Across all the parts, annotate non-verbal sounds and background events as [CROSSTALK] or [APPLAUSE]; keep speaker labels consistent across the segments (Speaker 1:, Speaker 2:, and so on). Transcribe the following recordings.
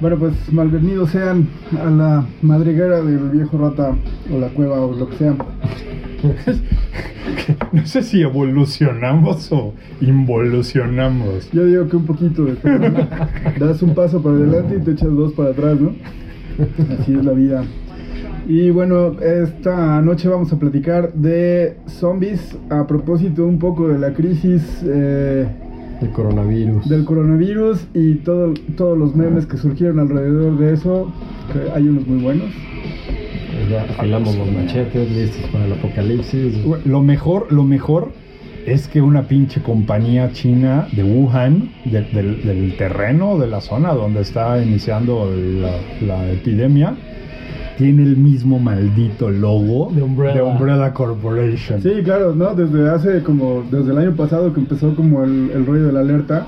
Speaker 1: Bueno, pues malvenidos sean a la madriguera del viejo rata o la cueva o lo que sea.
Speaker 2: no sé si evolucionamos o involucionamos.
Speaker 1: Yo digo que un poquito de todo, ¿no? Das un paso para adelante y te echas dos para atrás, ¿no? Así es la vida. Y bueno, esta noche vamos a platicar de zombies a propósito un poco de la crisis eh,
Speaker 3: El coronavirus.
Speaker 1: del coronavirus y todo, todos los memes que surgieron alrededor de eso. que hay unos muy buenos.
Speaker 3: Pues Ya afilamos los machetes, listos para el apocalipsis.
Speaker 2: Güey, Lo mejor, lo mejor es que una pinche compañía china de Wuhan, de- del, del terreno, de la zona donde está iniciando la, la epidemia, tiene el mismo maldito logo
Speaker 4: De Umbrella.
Speaker 2: Corporation.
Speaker 1: Sí, claro, ¿no? Desde hace como, desde el año pasado que empezó como el, el rollo de la alerta,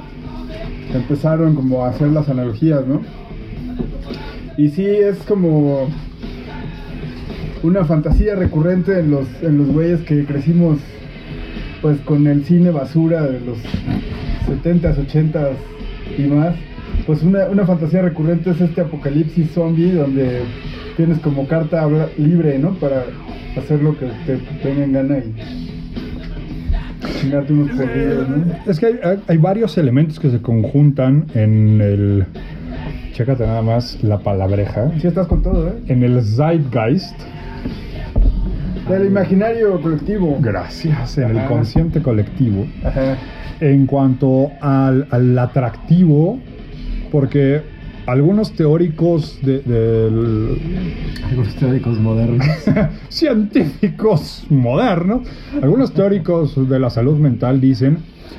Speaker 1: empezaron como a hacer las analogías, ¿no? Y sí, es como una fantasía recurrente en los, en los güeyes que crecimos pues con el cine basura de los 70s, 80s y más. Pues una, una fantasía recurrente es este apocalipsis zombie donde tienes como carta habla- libre, ¿no? Para hacer lo que te tenga en gana y chingarte unos corridos, ¿no?
Speaker 2: Es que hay, hay- hay varios elementos que se conjuntan en el. Chécate nada más la palabreja.
Speaker 1: Si estás con todo, ¿eh?
Speaker 2: En el Zeitgeist.
Speaker 1: El imaginario colectivo.
Speaker 2: Gracias. En el
Speaker 1: Ajá.
Speaker 2: consciente colectivo.
Speaker 1: Ajá.
Speaker 2: en cuanto al, al atractivo, porque algunos teóricos de- del-
Speaker 3: Algunos teóricos modernos.
Speaker 2: científicos modernos, algunos teóricos de la salud mental dicen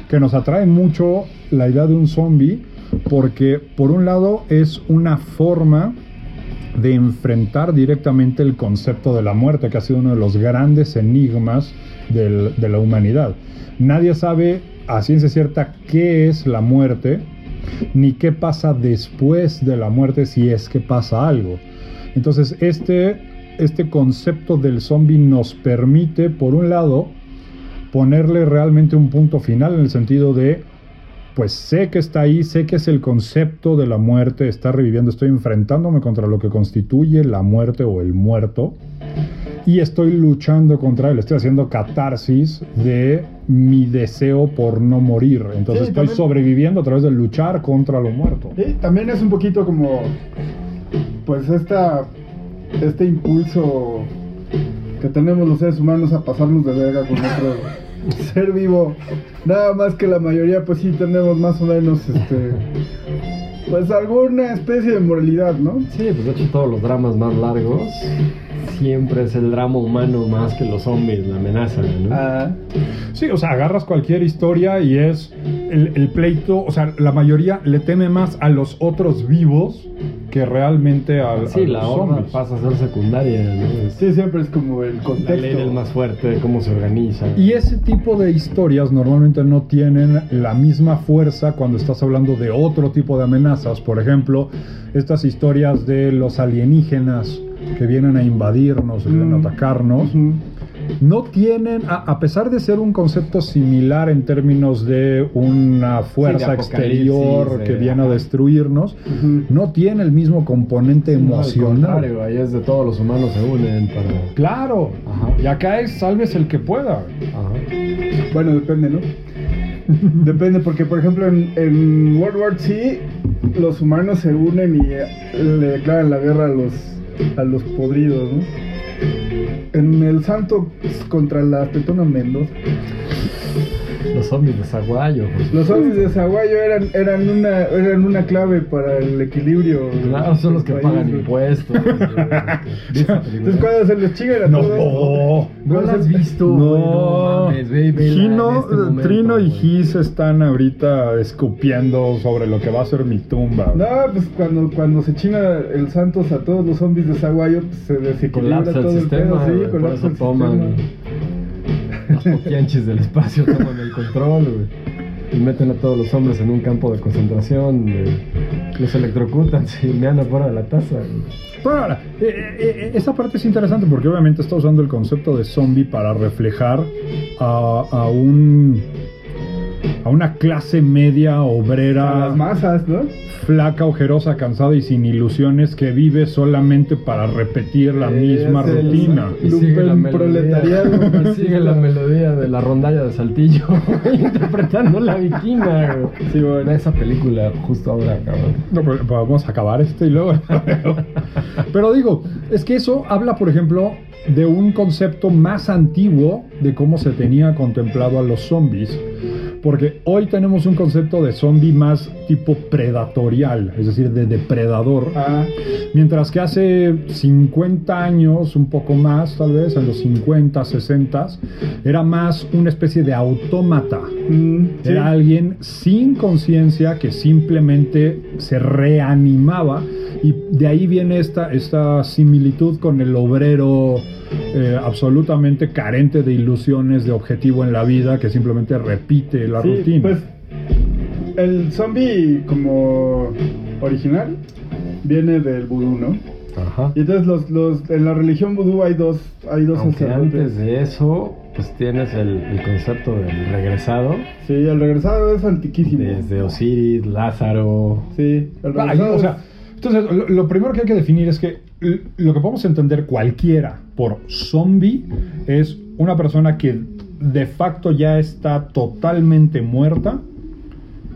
Speaker 2: que nos atrae mucho la idea de un zombie porque por un lado es una forma de enfrentar directamente el concepto de la muerte, que ha sido uno de los grandes enigmas del- de la humanidad. Nadie sabe a ciencia cierta qué es la muerte, ni qué pasa después de la muerte si es que pasa algo. Entonces, este, este concepto del zombie nos permite, por un lado, ponerle realmente un punto final en el sentido de, pues sé que está ahí, sé que es el concepto de la muerte, está reviviendo, estoy enfrentándome contra lo que constituye la muerte o el muerto, y estoy luchando contra él, estoy haciendo catarsis de mi deseo por no morir. Entonces
Speaker 1: Sí,
Speaker 2: estoy
Speaker 1: también-
Speaker 2: sobreviviendo a través de luchar contra lo muerto.
Speaker 1: Sí, también es un poquito como, pues esta, este impulso que tenemos los seres humanos a pasarnos de verga con otro
Speaker 3: [LAUGHS]
Speaker 1: ser vivo. Nada más que la mayoría, pues sí tenemos más o menos, este, pues alguna especie de moralidad, ¿no?
Speaker 3: [LAUGHS] Sí, pues de hecho todos los dramas más largos siempre es el drama humano más que los zombies, la amenaza, ¿no?
Speaker 1: Ah,
Speaker 2: Sí, o sea, agarras cualquier historia y es el, el pleito, o sea, la mayoría le teme más a los otros vivos que realmente al,
Speaker 3: sí,
Speaker 2: a
Speaker 3: la
Speaker 2: los
Speaker 3: horda
Speaker 2: zombies.
Speaker 3: pasa a ser secundaria, ¿no? Es
Speaker 1: sí, siempre es como el
Speaker 3: la ley del
Speaker 1: contexto.
Speaker 3: más fuerte, cómo se organiza.
Speaker 2: Y ese tipo de historias normalmente no tienen la misma fuerza cuando estás hablando de otro tipo de amenazas. Por ejemplo, estas historias de los alienígenas que vienen a invadirnos, que vienen
Speaker 1: Mm.
Speaker 2: a atacarnos.
Speaker 1: Ujú.
Speaker 2: no tienen, a, a pesar de ser un concepto similar en términos de una fuerza
Speaker 3: apocalipsis,
Speaker 2: exterior que
Speaker 3: de-
Speaker 2: viene a destruirnos,
Speaker 1: Ujú.
Speaker 2: no tiene el mismo componente
Speaker 3: No, al
Speaker 2: emocional.
Speaker 3: contrario, ahí es de todos los humanos se unen para...
Speaker 2: claro,
Speaker 3: Ajá.
Speaker 2: y acá es salves el que pueda.
Speaker 3: Ajá.
Speaker 1: Bueno, depende, ¿no? [LAUGHS] depende, porque por ejemplo en, en World War II los humanos se unen y eh, le declaran la guerra a los, a los podridos, ¿no? En el santo pues, contra la Tetona Mendoza.
Speaker 3: Los zombies de Zaguayo. pues.
Speaker 1: Los zombies de Zaguayo eran, eran, una, eran una clave para el equilibrio.
Speaker 3: Claro, son los que
Speaker 1: del
Speaker 3: pagan
Speaker 1: país, güey.
Speaker 3: impuestos. güey. ¿Viste esa película?
Speaker 1: Entonces cuando se los chingan a todos.
Speaker 3: No las has visto. güey,
Speaker 2: No,
Speaker 3: mames, ve- vela en
Speaker 2: Gino,
Speaker 3: este momento,
Speaker 2: Trino y
Speaker 3: güey.
Speaker 2: Gis están ahorita escupiendo sobre lo que va a ser mi tumba.
Speaker 1: No, pues cuando, cuando se chinga el Santos a todos los zombies de Zaguayo, pues, se desequilibra
Speaker 3: Colapsa el
Speaker 1: todo el pedo,
Speaker 3: sistema.
Speaker 1: sí,
Speaker 3: güey, por
Speaker 1: colapsa
Speaker 3: eso
Speaker 1: el
Speaker 3: toman.
Speaker 1: sistema.
Speaker 3: Los poquianchis del espacio toman el control, güey. Y meten a todos los hombres en un campo de concentración. güey. Los electrocutan, [LAUGHS] se mean afuera de la taza. güey.
Speaker 2: Pero ahora, eh, eh, eh, esa parte es interesante porque obviamente está usando el concepto de zombie para reflejar a, a un a una clase media
Speaker 1: A
Speaker 2: obrera
Speaker 1: las masas, ¿no?
Speaker 2: flaca, ojerosa, cansada y sin ilusiones que vive solamente para repetir la
Speaker 1: Es
Speaker 2: misma
Speaker 1: el-
Speaker 2: rutina.
Speaker 1: Y sigue la melodía.
Speaker 3: [LAUGHS] Y sigue la melodía de la rondalla de Saltillo, [LAUGHS] interpretando la viquina, güey.
Speaker 1: Sí, bueno.
Speaker 3: Ve esa película justo ahora, cabrón.
Speaker 2: No, pero vamos a acabar este y luego. pero digo, es que eso habla, por ejemplo, de un concepto más antiguo de cómo se tenía contemplado a los zombies. Porque hoy tenemos un concepto de zombie más tipo predatorial, es decir, de depredador.
Speaker 1: Ah,
Speaker 2: Mientras que hace 50 años, un poco más tal vez, en los 50, 60, era más una especie de autómata.
Speaker 1: mm, sí.
Speaker 2: Era alguien sin conciencia que simplemente se reanimaba y de ahí viene esta, esta similitud con el obrero eh, absolutamente carente de ilusiones, de objetivo en la vida, que simplemente repite la
Speaker 1: Sí,
Speaker 2: rutina.
Speaker 1: Pues el zombie como original viene del vudú, ¿no?
Speaker 3: Ajá.
Speaker 1: Y entonces los, los, en la religión vudú hay dos, hay dos
Speaker 3: Aunque antes
Speaker 1: sacerdotes.
Speaker 3: de eso, pues tienes el, el concepto del regresado.
Speaker 1: Sí, el regresado es antiquísimo.
Speaker 3: Desde Osiris, Lázaro.
Speaker 1: Sí, el
Speaker 2: Ahí,
Speaker 1: regresado
Speaker 2: o sea, entonces, lo, lo primero que hay que definir es que l- lo que podemos entender cualquiera por zombie es una persona que de facto ya está totalmente muerta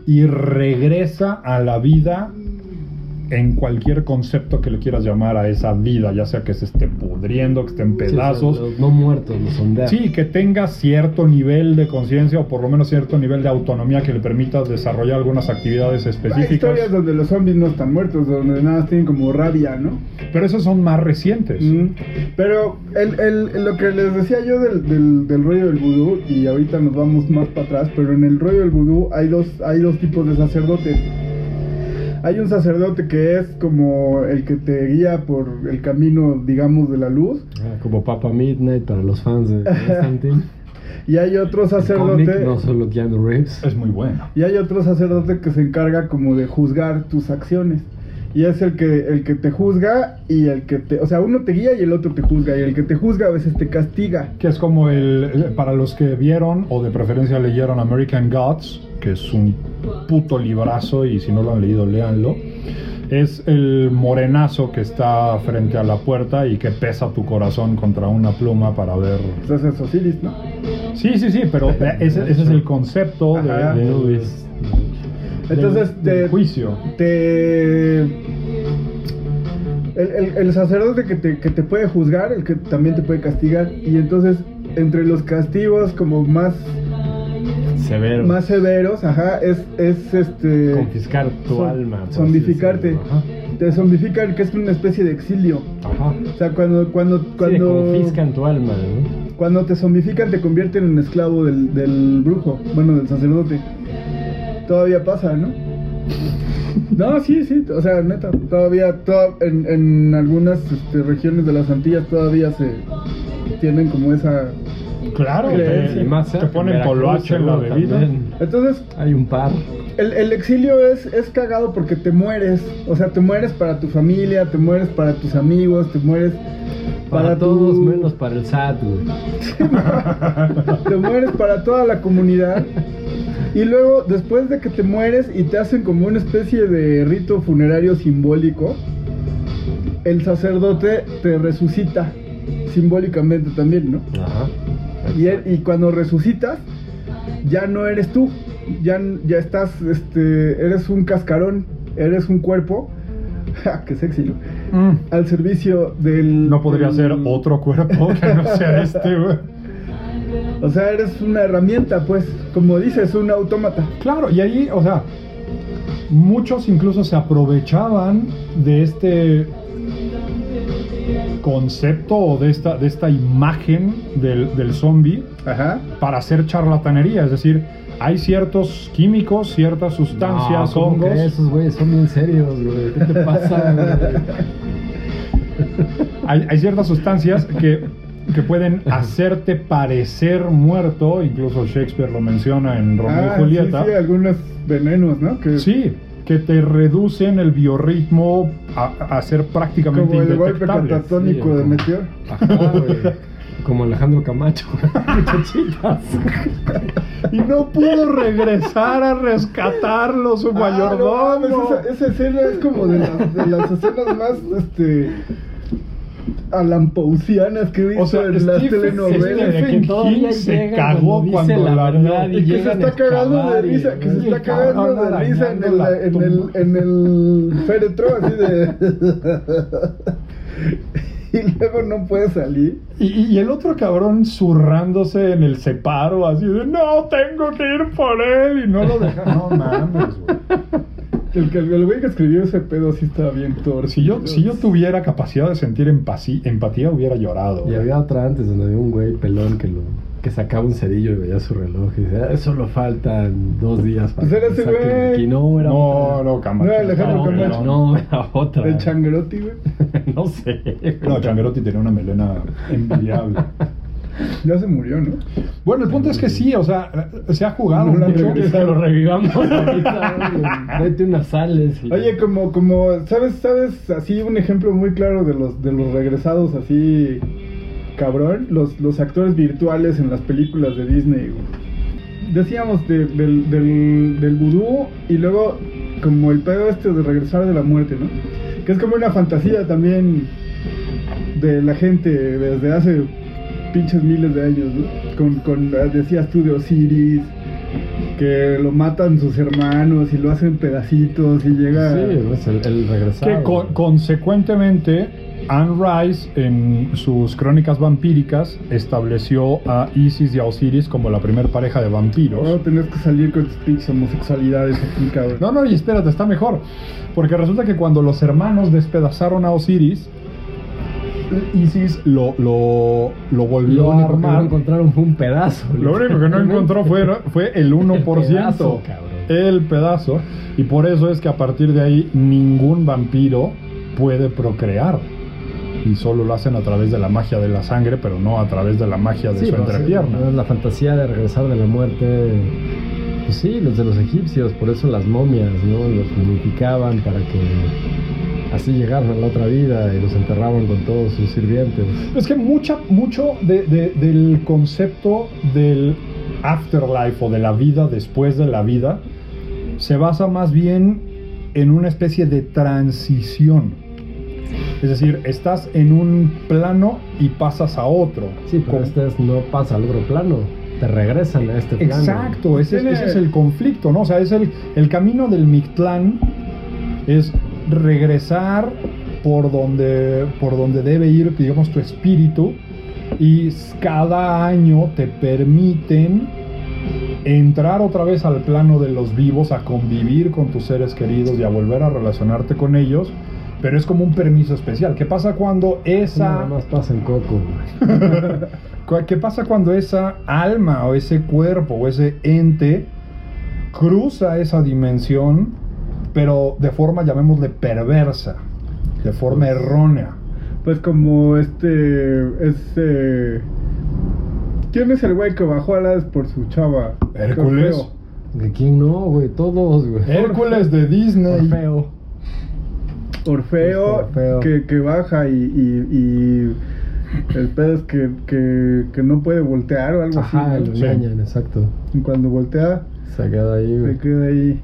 Speaker 2: y regresa a la vida en cualquier concepto que le quieras llamar a esa vida, ya sea que se esté pudriendo, que esté en pedazos.
Speaker 3: Sí, son los no muertos, los sondeados.
Speaker 2: Sí, que tenga cierto nivel de conciencia o por lo menos cierto nivel de autonomía que le permita desarrollar algunas actividades
Speaker 1: Hay
Speaker 2: específicas.
Speaker 1: historias donde los zombies no están muertos, donde nada más tienen como rabia, ¿no?
Speaker 2: Pero esos son más recientes.
Speaker 1: Mm, Pero el, el- lo que les decía yo del, del, del rollo del vudú, y ahorita nos vamos más para atrás, pero en el rollo del vudú hay dos, hay dos tipos de sacerdote. Hay un sacerdote que es como el que te guía por el camino, digamos, de la luz,
Speaker 3: Ah, Como Papa Midnight para los fans de Constantine.
Speaker 1: y hay otro
Speaker 3: El cómic,
Speaker 1: sacerdote...
Speaker 3: No solo Keanu Reeves.
Speaker 2: Es muy bueno.
Speaker 1: Y hay otro sacerdote que se encarga como de juzgar tus acciones. Y es el que, el que te juzga y el que te... O sea, uno te guía y el otro te juzga. Y el que te juzga a veces te castiga.
Speaker 2: Que es como el. Para los que vieron o de preferencia leyeron American Gods, que es un puto librazo y si no lo han leído, léanlo. Es el morenazo que está frente a la puerta y que pesa tu corazón contra una pluma para ver.
Speaker 1: Entonces es Osiris, ¿no?
Speaker 2: Sí, sí, sí,
Speaker 3: [LAUGHS]
Speaker 2: pero ese, ese es el concepto de,
Speaker 1: Ajá.
Speaker 2: de- de-
Speaker 1: Entonces,
Speaker 2: del
Speaker 1: te-
Speaker 2: juicio.
Speaker 1: te el, el- el sacerdote que te, que te puede juzgar, el que también te puede castigar, y entonces entre los castigos como más,
Speaker 3: Severo.
Speaker 1: más severos, ajá, es, es este
Speaker 3: Confiscar tu
Speaker 1: zom-
Speaker 3: alma. por así
Speaker 1: zombificarte.
Speaker 3: decirlo. Ajá.
Speaker 1: te zombifican, que es una especie de exilio.
Speaker 3: Ajá.
Speaker 1: O sea, cuando cuando
Speaker 3: Cuando
Speaker 1: cuando
Speaker 3: confiscan tu alma, ¿no?
Speaker 1: cuando te zombifican te convierten en esclavo del, del brujo, bueno, del sacerdote. Todavía pasa, ¿no? No, sí, sí, o sea, neta, todavía to- en, en algunas este, regiones de las Antillas todavía se tienen como esa...
Speaker 2: Claro,
Speaker 1: Creencia.
Speaker 2: te, Eh, te ponen
Speaker 3: Veracruz,
Speaker 2: coloache en la
Speaker 3: seguro,
Speaker 2: bebida.
Speaker 3: también.
Speaker 1: Entonces,
Speaker 3: Hay un par.
Speaker 1: el, el exilio es, es cagado porque te mueres, o sea, te mueres para tu familia, te mueres para tus amigos, te mueres
Speaker 3: Para,
Speaker 1: para, tu-
Speaker 3: todos menos para el SAT, güey.
Speaker 1: te mueres para toda la comunidad. Y luego, después de que te mueres y te hacen como una especie de rito funerario simbólico, el sacerdote te resucita simbólicamente también, ¿no?
Speaker 3: Ajá.
Speaker 1: Y, e- y cuando resucitas, ya no eres tú, ya, n- ya estás, este, eres un cascarón, eres un cuerpo. [LAUGHS] ¡Ja, qué sexy! ¿no?
Speaker 2: Mm.
Speaker 1: Al servicio del...
Speaker 2: No podría
Speaker 1: del-
Speaker 2: ser otro cuerpo que no sea este, güey.
Speaker 1: O sea, eres una herramienta, pues, como dices, un autómata.
Speaker 2: Claro, y ahí, o sea, muchos incluso se aprovechaban de este concepto o de esta, de esta imagen del, del zombie
Speaker 1: Ajá.
Speaker 2: para hacer charlatanería. Es decir, hay ciertos químicos, ciertas sustancias,
Speaker 3: No, ¿cómo
Speaker 2: hongos.
Speaker 3: crees? Esos güeyes son bien serios, güey. ¿Qué te pasa, güey?
Speaker 2: Hay, hay ciertas sustancias que, que pueden hacerte parecer muerto, incluso Shakespeare lo menciona en Romeo
Speaker 1: Ah,
Speaker 2: y Julieta.
Speaker 1: Sí, sí, algunos venenos, ¿no? Que,
Speaker 2: Sí, que te reducen el biorritmo a, a ser prácticamente
Speaker 1: Como el golpe
Speaker 2: indetectable.
Speaker 1: catatónico
Speaker 3: Sí,
Speaker 1: de [LAUGHS]
Speaker 3: como-
Speaker 1: Meteor.
Speaker 3: Ajá, güey. Como Alejandro Camacho, [LAUGHS] muchachitas.
Speaker 2: Y no pudo regresar a rescatarlo su
Speaker 1: Ah, no
Speaker 2: mayordomo.
Speaker 1: mames, esa, esa escena es como de las, de las escenas más, este... Alampousianas que he visto
Speaker 2: O sea,
Speaker 1: en las
Speaker 2: Stephen-
Speaker 1: telenovelas.
Speaker 2: Stephen
Speaker 3: que todavía
Speaker 2: King se
Speaker 3: llegan
Speaker 2: cagó
Speaker 3: cuando
Speaker 2: cuando
Speaker 3: dicen la
Speaker 2: la
Speaker 3: verdad
Speaker 2: vio.
Speaker 1: Y que se
Speaker 3: llegan a
Speaker 1: está cagando de
Speaker 3: excavar y-
Speaker 1: risa, que se
Speaker 3: y
Speaker 1: está
Speaker 3: el cabrón
Speaker 1: cagando de risa en el,
Speaker 2: arañando la
Speaker 1: en el,
Speaker 2: tumba.
Speaker 1: en el féretro, así de. [LAUGHS] y luego no puede salir.
Speaker 2: Y, y- y el otro cabrón zurrándose en el separo, así de no, tengo que ir por él. Y no lo
Speaker 1: [LAUGHS]
Speaker 2: deja. No mames, güey.
Speaker 1: El, que- el güey que escribió ese pedo sí estaba bien torcido.
Speaker 2: Si yo, si yo tuviera capacidad de sentir empasi- empatía, hubiera llorado.
Speaker 3: Y
Speaker 2: güey.
Speaker 3: había otra antes donde había un güey pelón que lo que sacaba un cerillo y veía su reloj y decía, "Ah, solo faltan dos días para
Speaker 1: Pues era
Speaker 3: que
Speaker 1: ese
Speaker 3: saquen
Speaker 1: güey.
Speaker 3: de aquí". No, era
Speaker 2: No,
Speaker 3: otra.
Speaker 2: no, Camacho.
Speaker 1: No, Alejandro
Speaker 3: No,
Speaker 1: Camacho.
Speaker 3: No, era otra.
Speaker 1: El changuerotti, güey.
Speaker 3: [LAUGHS] no sé.
Speaker 2: No, Changuerotti tenía una melena envidiable.
Speaker 1: Ya se murió, ¿no?
Speaker 2: Bueno, el punto es que sí, o sea, se ha jugado
Speaker 1: No la
Speaker 2: mucho.
Speaker 1: regresé.
Speaker 3: Ahorita lo revivamos. ahorita, güey. Vete unas sales. y-
Speaker 1: Oye, como, como, ¿sabes? ¿Sabes? Así un ejemplo muy claro de los, de los regresados así cabrón, los, los actores virtuales en las películas de Disney. güey. Decíamos de- del, del, del vudú y luego como el pedo este de regresar de la muerte, ¿no? Que es como una fantasía también de la gente desde hace pinches miles de años, ¿no? Con, con decías tú de Osiris, que lo matan sus hermanos y lo hacen pedacitos y llega...
Speaker 3: Sí, pues el, el regresado.
Speaker 2: Que con- consecuentemente, Anne Rice, en sus crónicas vampíricas, estableció a Isis y a Osiris como la primer pareja de
Speaker 1: Ahora
Speaker 2: vampiros.
Speaker 1: "Oh, tenés que salir con tus pinches homosexualidades aquí, cabrón.
Speaker 2: No, no, y espérate, está mejor. Porque resulta que cuando los hermanos despedazaron a Osiris, Isis lo, lo, lo volvió
Speaker 3: Lo
Speaker 2: a
Speaker 3: único que no
Speaker 2: armar.
Speaker 3: encontraron fue un pedazo.
Speaker 2: [LAUGHS] Lo único que no encontró fue, fue el 1%.
Speaker 3: El pedazo, cabrón.
Speaker 2: El pedazo. Y por eso es que a partir de ahí ningún vampiro puede procrear. Y solo lo hacen a través de la magia de la sangre, pero no a través de la magia de
Speaker 3: Sí,
Speaker 2: su
Speaker 3: pues,
Speaker 2: entrepierna.
Speaker 3: eh, La fantasía de regresar de la muerte. Pues sí, los de los egipcios, por eso las momias, ¿no? Los unificaban para que así llegaran a la otra vida y los enterraban con todos sus sirvientes.
Speaker 2: Es que mucha, mucho de- de- del concepto del afterlife o de la vida después de la vida se basa más bien en una especie de transición. Es decir, estás en un plano y pasas a otro.
Speaker 3: Sí, pero
Speaker 2: Con-
Speaker 3: este es- no pasa al otro plano, te regresan a este plano.
Speaker 2: Exacto, ese, es-
Speaker 1: Tiene-
Speaker 2: ese es el conflicto, ¿no? O sea, es el, el camino del Mictlán es regresar por donde, por donde debe ir, digamos, tu espíritu y s- cada año te permiten entrar otra vez al plano de los vivos, a convivir con tus seres queridos y a volver a relacionarte con ellos, pero es como un permiso especial. ¿Qué pasa cuando
Speaker 3: Eso
Speaker 2: esa...
Speaker 3: Nada más pasa en Coco. güey.
Speaker 2: Cu- ¿Qué pasa cuando esa alma o ese cuerpo o ese ente cruza esa dimensión, pero de forma, llamémosle, perversa, de forma errónea?
Speaker 1: Pues como este. Este. ¿Quién es el güey que bajó a Hades por su chava?
Speaker 2: Hércules.
Speaker 3: ¿De quién no, güey? Todos, güey.
Speaker 2: Hércules de Disney.
Speaker 3: Orfeo.
Speaker 1: Orfeo,
Speaker 3: Justo, Este, Orfeo.
Speaker 1: Que, que baja y, y- y El pedo es que, que, que no puede voltear o algo
Speaker 3: Ajá,
Speaker 1: así.
Speaker 3: lo
Speaker 1: ¿no?
Speaker 2: Sí.
Speaker 3: engañan, exacto.
Speaker 1: Y cuando voltea,
Speaker 3: Se queda ahí, güey.
Speaker 1: se queda ahí.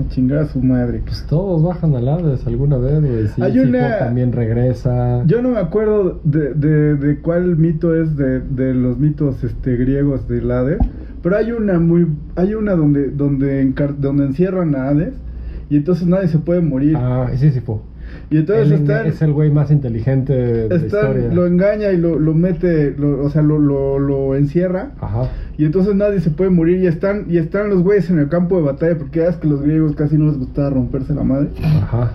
Speaker 1: A chingar a su madre.
Speaker 3: Pues todos bajan al Hades alguna vez, güey. Sí,
Speaker 1: Hay
Speaker 3: sí,
Speaker 1: una-
Speaker 3: Ford también regresa.
Speaker 1: Yo no me acuerdo de, de- de cuál mito es de, de los mitos este, griegos del Hades, pero hay una muy hay una donde donde encar- donde encierran a Hades y entonces nadie se puede morir.
Speaker 3: Ah, sí, sí, fue.
Speaker 1: y entonces
Speaker 3: Él
Speaker 1: están,
Speaker 3: Es el güey más inteligente de la
Speaker 1: están-
Speaker 3: historia.
Speaker 1: lo engaña y lo, lo mete, lo- o sea, lo, lo, lo encierra
Speaker 3: Ajá.
Speaker 1: y entonces nadie se puede morir y están y están los güeyes en el campo de batalla porque ya es que los griegos casi no les gustaba romperse la madre.
Speaker 3: Ajá.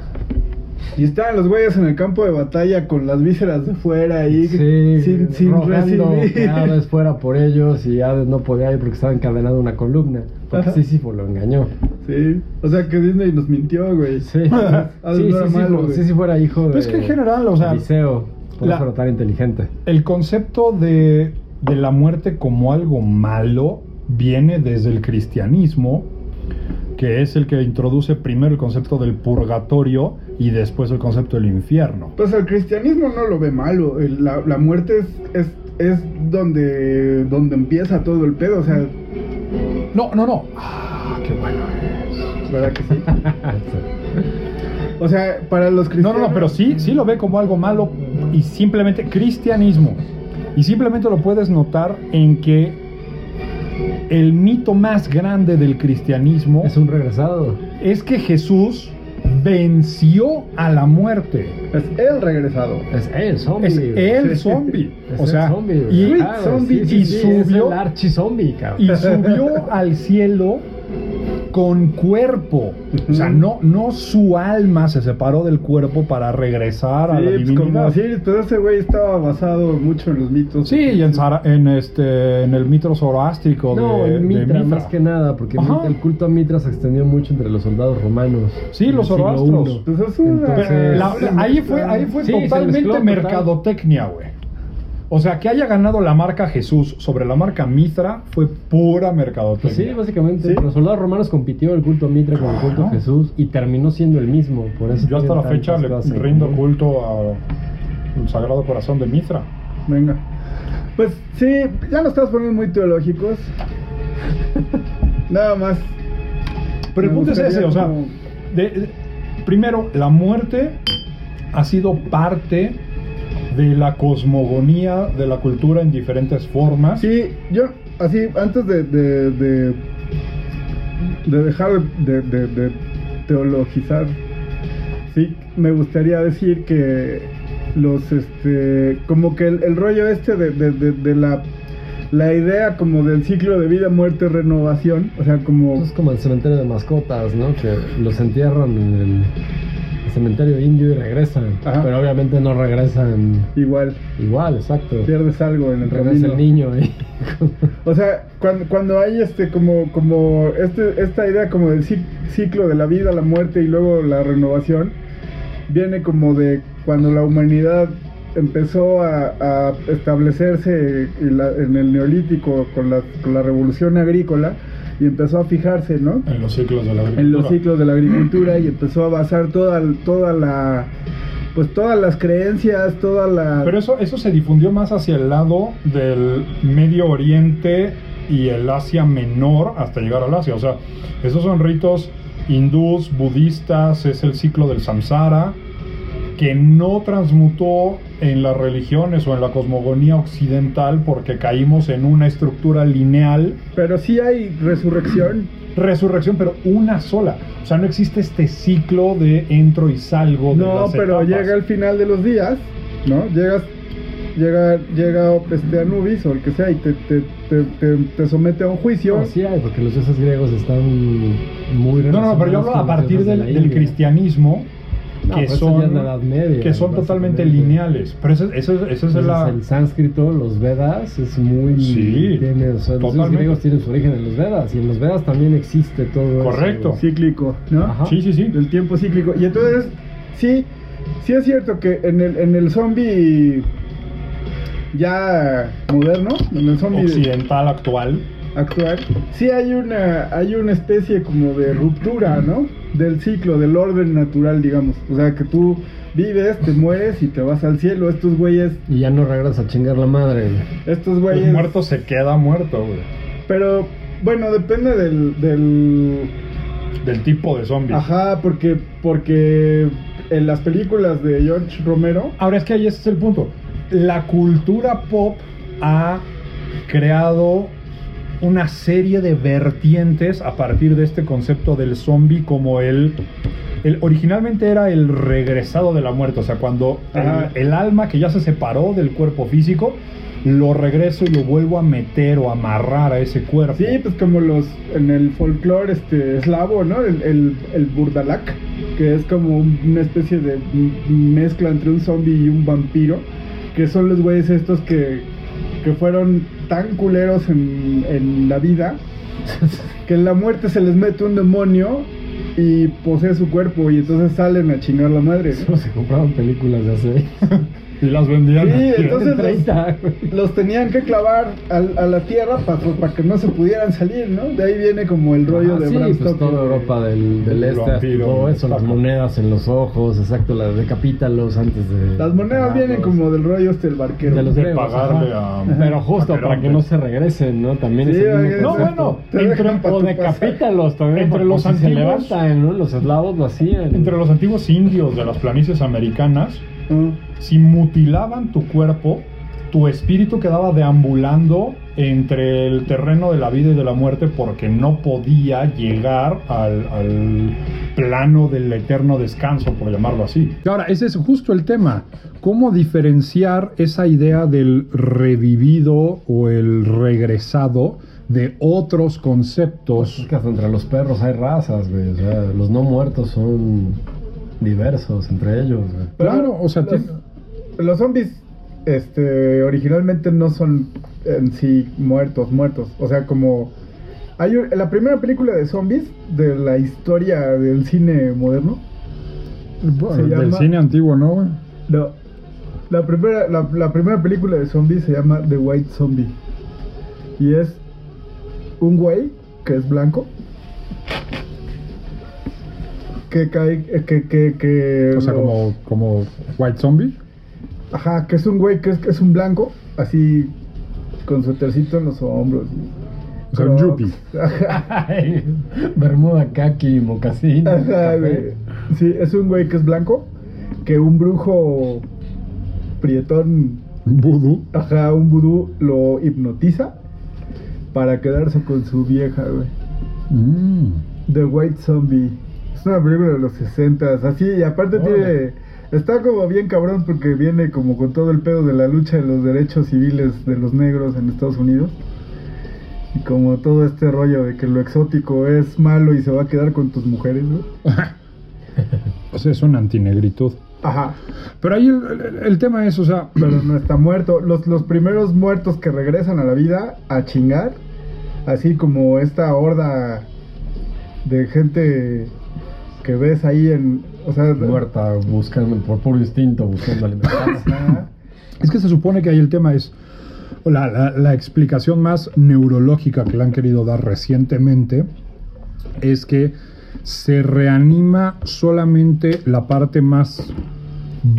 Speaker 1: Y estaban los güeyes en el campo de batalla con las vísceras de fuera ahí,
Speaker 3: Sí,
Speaker 1: sin, sin
Speaker 3: rogando
Speaker 1: [LAUGHS]
Speaker 3: que
Speaker 1: recibir.
Speaker 3: Hades fuera por ellos y Hades no podía ir porque estaba encadenado a una columna. Pues Porque
Speaker 1: Ajá.
Speaker 3: Sísifo lo engañó.
Speaker 1: Sí, o sea que Disney nos mintió, güey. [LAUGHS]
Speaker 3: Sí, sí,
Speaker 1: no
Speaker 3: sí,
Speaker 1: era malo, güey.
Speaker 3: sí, sí, fuera hijo de.
Speaker 2: Pero es que en general, o sea,
Speaker 3: Liceo, por
Speaker 2: la-
Speaker 3: eso era tan inteligente. [LAUGHS]
Speaker 2: El concepto de, de la muerte como algo malo viene desde el cristianismo, que es el que introduce primero el concepto del purgatorio y después el concepto del infierno.
Speaker 1: Pues el cristianismo no lo ve malo, el- la, la muerte es, es es donde, donde empieza todo el pedo, o sea,
Speaker 2: No, no, no. Ah, qué bueno es.
Speaker 1: ¿verdad que sí? O sea, para los
Speaker 2: No,
Speaker 1: cristianos...
Speaker 2: no, no, pero sí, sí lo ve como algo malo y simplemente cristianismo. Y simplemente lo puedes notar en que el mito más grande del cristianismo
Speaker 3: Es un regresado.
Speaker 2: es que Jesús venció a la muerte.
Speaker 1: Es el regresado.
Speaker 3: Es el zombie.
Speaker 2: Es
Speaker 3: güey.
Speaker 2: el
Speaker 1: Sí.
Speaker 2: zombie.
Speaker 3: Es
Speaker 2: O
Speaker 3: el
Speaker 2: sea,
Speaker 3: zombie, güey.
Speaker 2: y,
Speaker 3: Ah, güey,
Speaker 1: zombie,
Speaker 3: sí, sí,
Speaker 2: y
Speaker 3: sí, Es
Speaker 2: subió-
Speaker 3: el archizombie, cabrón.
Speaker 2: y subió al cielo con cuerpo. O sea, no, no su alma se separó del cuerpo para regresar a
Speaker 1: Sí,
Speaker 2: la
Speaker 1: pues, como
Speaker 2: divinidad.
Speaker 1: sí, pero ese güey estaba basado mucho en los mitos.
Speaker 2: Sí, y en, Zara- en este, en el mitro zoroástrico
Speaker 3: No,
Speaker 2: de, de
Speaker 3: en Mitra,
Speaker 2: Mitra.
Speaker 3: más que nada, porque
Speaker 2: Ajá.
Speaker 3: el culto a Mitra se extendió mucho entre los soldados romanos.
Speaker 2: Sí,
Speaker 3: en el
Speaker 2: los
Speaker 3: siglo
Speaker 2: zoroastros.
Speaker 3: I.
Speaker 1: Pues es una-
Speaker 2: Pero
Speaker 3: Entonces-
Speaker 2: la- la- ahí fue, ahí fue
Speaker 3: Sí, se
Speaker 2: totalmente
Speaker 3: mezcló total.
Speaker 2: mercadotecnia, güey. O sea, que haya ganado la marca Jesús sobre la marca Mitra fue pura mercadotecnia.
Speaker 3: Pues sí, básicamente.
Speaker 1: Sí.
Speaker 3: Los soldados romanos compitió el culto a Mitra con el culto a
Speaker 2: Claro.
Speaker 3: Jesús y terminó siendo el mismo. Por eso
Speaker 2: Yo hasta
Speaker 3: tienen
Speaker 2: la fecha
Speaker 3: pues tantas
Speaker 2: le
Speaker 3: cosas en
Speaker 2: rindo
Speaker 3: común.
Speaker 2: culto al Sagrado Corazón de Mitra.
Speaker 1: Venga. Pues sí, ya nos estamos poniendo muy teológicos. Nada más.
Speaker 2: Pero el
Speaker 1: Me
Speaker 2: punto es
Speaker 1: gustaría
Speaker 2: ese, o sea,
Speaker 1: como-
Speaker 2: de- de- primero, la muerte ha sido parte de la cosmogonía de la cultura en diferentes formas.
Speaker 1: Sí, yo, así, antes de. de, de, de dejar de, de- de teologizar, sí, me gustaría decir que los. este Como que el, el rollo este de, de- de- de la. La idea como del ciclo de vida, muerte, renovación, o sea, como...
Speaker 3: Pues
Speaker 2: Pues
Speaker 3: Es como el cementerio de mascotas, ¿no? Que los entierran en el cementerio indio y regresan.
Speaker 1: Ajá.
Speaker 3: Pero obviamente no regresan
Speaker 1: Igual,
Speaker 3: igual, exacto.
Speaker 1: pierdes algo en el
Speaker 3: Regresa
Speaker 1: camino.
Speaker 3: el niño ahí.
Speaker 1: O sea, cuando, cuando hay este como como este esta idea como del cic- ciclo de la vida, la muerte y luego la renovación viene como de cuando la humanidad empezó a, a establecerse en, la- en el neolítico con la, con la revolución agrícola y empezó a fijarse, ¿no?
Speaker 2: En los ciclos de la agricultura.
Speaker 1: en los ciclos de la agricultura y empezó a basar toda toda la pues todas las creencias, toda la
Speaker 2: Pero eso, eso se difundió más hacia el lado del Medio Oriente y el Asia Menor hasta llegar al Asia. O sea, esos son ritos hindús, budistas, es el ciclo del samsara, que no transmutó en las religiones o en la cosmogonía occidental porque caímos en una estructura lineal
Speaker 1: pero sí hay resurrección.
Speaker 2: resurrección, pero una sola. O sea, no existe este ciclo de entro y salgo. De
Speaker 1: No,
Speaker 2: las
Speaker 1: pero
Speaker 2: etapas.
Speaker 1: llega el final de los días, ¿no? Llegas, llega, llega este Anubis o el que sea y te, te, te, te- te somete a un juicio.
Speaker 3: No, Ah, sí hay, porque los dioses griegos están muy
Speaker 2: No, no, no, pero yo hablo
Speaker 3: relacionados con
Speaker 2: a
Speaker 3: los
Speaker 2: partir
Speaker 3: dioses de
Speaker 2: del,
Speaker 3: la
Speaker 2: del
Speaker 3: India.
Speaker 2: cristianismo,
Speaker 3: No,
Speaker 2: que,
Speaker 3: pero eso ya es la Edad
Speaker 2: son,
Speaker 3: Media,
Speaker 2: que son totalmente
Speaker 3: básicamente.
Speaker 2: lineales. Pero eso, eso, eso es
Speaker 3: Entonces,
Speaker 2: la...
Speaker 3: el sánscrito, los Vedas, es muy.
Speaker 2: Sí,
Speaker 3: tiene, o sea, los dioses
Speaker 2: totalmente.
Speaker 3: griegos tienen su origen en los Vedas, y en los Vedas también existe todo eso.
Speaker 2: Correcto.
Speaker 1: Cíclico, ¿no?
Speaker 3: Ajá.
Speaker 2: Sí, sí, sí.
Speaker 1: Del tiempo cíclico. Y entonces, sí, sí es cierto que en el, en el zombie ya moderno, en el zombie
Speaker 2: Occidental actual.
Speaker 1: actual, sí hay una, hay una especie como de ruptura, ¿no? Del ciclo, del orden natural, digamos. O sea, que tú vives, te mueres y te vas al cielo. Estos güeyes
Speaker 3: Y ya no regresas a chingar la madre. güey.
Speaker 1: Estos
Speaker 2: El
Speaker 1: güeyes.
Speaker 2: muerto se queda muerto, güey.
Speaker 1: Pero bueno, depende del. del
Speaker 2: Del tipo de zombie.
Speaker 1: ajá, porque, porque en las películas de George Romero.
Speaker 2: Ahora es que ahí ese es el punto. La cultura pop ha creado una serie de vertientes a partir de este concepto del zombie como el, el- originalmente era el regresado de la muerte, o sea, cuando
Speaker 1: Ajá.
Speaker 2: el, el alma que ya se separó del cuerpo físico lo regreso y lo vuelvo a meter o amarrar a ese cuerpo.
Speaker 1: Sí, pues como los. En el folclore este, eslavo, ¿no? El, el, el burdalak, que es como un- una especie de m- mezcla entre un zombie y un vampiro. Que son los güeyes estos que. que fueron tan culeros en, en la
Speaker 3: [LAUGHS]
Speaker 1: vida. que en la muerte se les mete un demonio y posee su cuerpo y entonces salen a chingar la madre. ¿no?
Speaker 3: Solo se compraban películas de hace.
Speaker 2: Y las vendían.
Speaker 1: Sí,
Speaker 3: [LAUGHS]
Speaker 1: entonces los-
Speaker 3: 30, güey.
Speaker 1: los, tenían que clavar al- a, la tierra para que no se pudieran salir, ¿no? De ahí viene como el rollo
Speaker 3: Ah,
Speaker 1: de
Speaker 3: sí,
Speaker 1: Bram
Speaker 3: pues
Speaker 1: Stoker.
Speaker 3: toda Europa del, del
Speaker 2: eh, Del
Speaker 3: este,
Speaker 2: vampiro,
Speaker 3: todo eso, las
Speaker 2: exacto.
Speaker 3: monedas en los ojos, exacto, las decapítalos antes de... Ah,
Speaker 1: Las
Speaker 2: Ah,
Speaker 1: monedas vienen
Speaker 2: pues.
Speaker 1: como del rollo este el barquero.
Speaker 3: De los
Speaker 2: de
Speaker 3: griegos,
Speaker 2: pagarle
Speaker 3: ajá.
Speaker 2: a-
Speaker 4: Pero justo
Speaker 2: a
Speaker 4: para que
Speaker 2: Creonte.
Speaker 4: no se regresen, ¿no? También
Speaker 1: Sí,
Speaker 4: ese mismo-
Speaker 1: oye,
Speaker 4: No,
Speaker 1: exacto.
Speaker 4: bueno,
Speaker 1: Te
Speaker 4: entre,
Speaker 1: dejan pa'
Speaker 4: o
Speaker 1: tu
Speaker 4: decapítalos también.
Speaker 2: Entre
Speaker 4: porque
Speaker 2: los
Speaker 4: si se
Speaker 2: antiguos-
Speaker 4: levantan, ¿no? Los eslavos lo hacían.
Speaker 2: Entre los antiguos indios de las planicies americanas,
Speaker 1: Ah,
Speaker 2: si mutilaban tu cuerpo, tu espíritu quedaba deambulando entre el terreno de la vida y de la muerte porque no podía llegar al, al plano del eterno descanso, por llamarlo así. Y ahora, ese es justo el tema. ¿Cómo diferenciar esa idea del revivido o el regresado de otros
Speaker 3: Es
Speaker 2: conceptos?
Speaker 3: que hasta entre los perros hay razas, güey. O sea, los no muertos son diversos entre ellos, güey.
Speaker 2: Claro, o sea,
Speaker 1: los,
Speaker 2: tiene-
Speaker 1: los zombies este, originalmente no son en sí muertos, muertos. O sea, como... Hay un- la primera película de zombies de la historia del cine moderno. se
Speaker 2: del
Speaker 1: llama-
Speaker 2: cine antiguo, ¿no? güey?
Speaker 1: No. La primera, la, la primera película de zombies se llama The White Zombie. Y es un güey que es blanco. Que cae. eh, Que, que, que
Speaker 2: O sea,
Speaker 1: lo-
Speaker 2: como, como White Zombie.
Speaker 1: Ajá, que es un güey que es, que es un blanco. Así. Con su tercito en los hombros.
Speaker 2: O sea, un
Speaker 1: Crocs.
Speaker 2: yuppie.
Speaker 1: Ajá,
Speaker 3: Ay, [LAUGHS] Bermuda, kaki, mocasín.
Speaker 1: ajá,
Speaker 3: café.
Speaker 1: güey. Sí, es un güey que es blanco. Que un brujo. Prietón
Speaker 2: Voodoo.
Speaker 1: Ajá, un vudú lo hipnotiza para quedarse con su vieja, güey.
Speaker 2: Mm.
Speaker 1: The White Zombie. Es una película de los 60 así, y aparte
Speaker 3: Órale.
Speaker 1: tiene. Está como bien cabrón porque viene como con todo el pedo de la lucha de los derechos civiles de los negros en Estados Unidos. Y como todo este rollo de que lo exótico es malo y se va a quedar con tus mujeres, güey.
Speaker 2: [LAUGHS] O sea, es una antinegritud.
Speaker 1: Ajá,
Speaker 2: Pero ahí el, el- el tema es, o sea,
Speaker 1: pero no está muerto. Los, los primeros muertos que regresan a la vida a chingar, así como esta horda de gente que ves ahí en. O sea,
Speaker 3: Muerta, buscando, por puro instinto, buscando alimentarse.
Speaker 1: Ajá.
Speaker 2: es que se supone que ahí el tema es la, la- la explicación más neurológica que le han querido dar recientemente es que se reanima solamente la parte más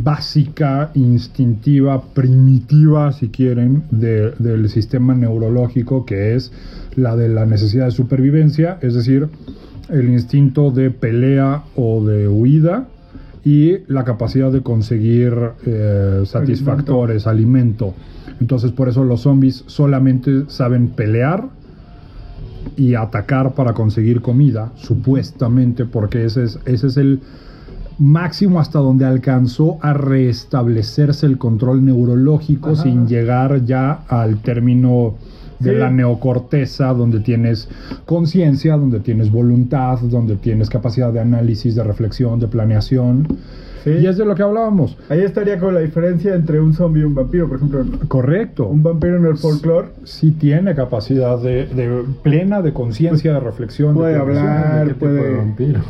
Speaker 2: básica, instintiva, primitiva, si quieren, de- del sistema neurológico, que es la de la necesidad de supervivencia, es decir, el instinto de pelea o de huida y la capacidad de conseguir eh, satisfactores, alimento. Entonces, por eso los zombies solamente saben pelear y atacar para conseguir comida, supuestamente, porque ese es, ese es el máximo hasta donde alcanzó a restablecerse el control neurológico
Speaker 1: Ajá.
Speaker 2: sin llegar ya al término de
Speaker 1: Sí.
Speaker 2: la neocorteza, donde tienes conciencia, donde tienes voluntad, donde tienes capacidad de análisis, de reflexión, de planeación.
Speaker 1: Sí.
Speaker 2: Y es de lo que hablábamos.
Speaker 1: Ahí estaría con la diferencia entre un zombie y un vampiro, por ejemplo.
Speaker 2: Correcto.
Speaker 1: Un vampiro en el folclore
Speaker 2: Sí tiene capacidad de, de- plena de conciencia, de reflexión. de
Speaker 1: Puede
Speaker 2: planeación.
Speaker 1: hablar.
Speaker 3: ¿Qué tipo de
Speaker 1: puede-
Speaker 3: vampiro?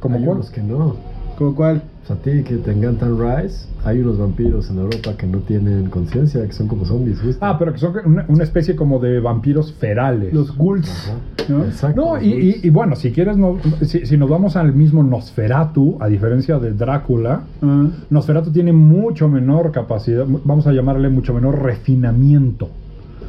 Speaker 2: Como
Speaker 3: hay
Speaker 2: cuál?
Speaker 3: unos que no.
Speaker 1: ¿Como cuál?
Speaker 3: O sea, Pues a ti que te encantan Rice, hay unos vampiros en Europa que no tienen conciencia, que son como zombies, justo.
Speaker 2: Ah, pero que son una, una especie como de vampiros ferales.
Speaker 1: Los ghouls.
Speaker 3: Ajá.
Speaker 1: ¿no?
Speaker 3: Exacto.
Speaker 2: Ah, No,
Speaker 3: los
Speaker 2: y, y-
Speaker 3: ghouls.
Speaker 2: y bueno, si quieres, no- si, si nos vamos al mismo Nosferatu, a diferencia de Drácula,
Speaker 1: Ah,
Speaker 2: Nosferatu tiene mucho menor capacidad, vamos a llamarle mucho menor refinamiento.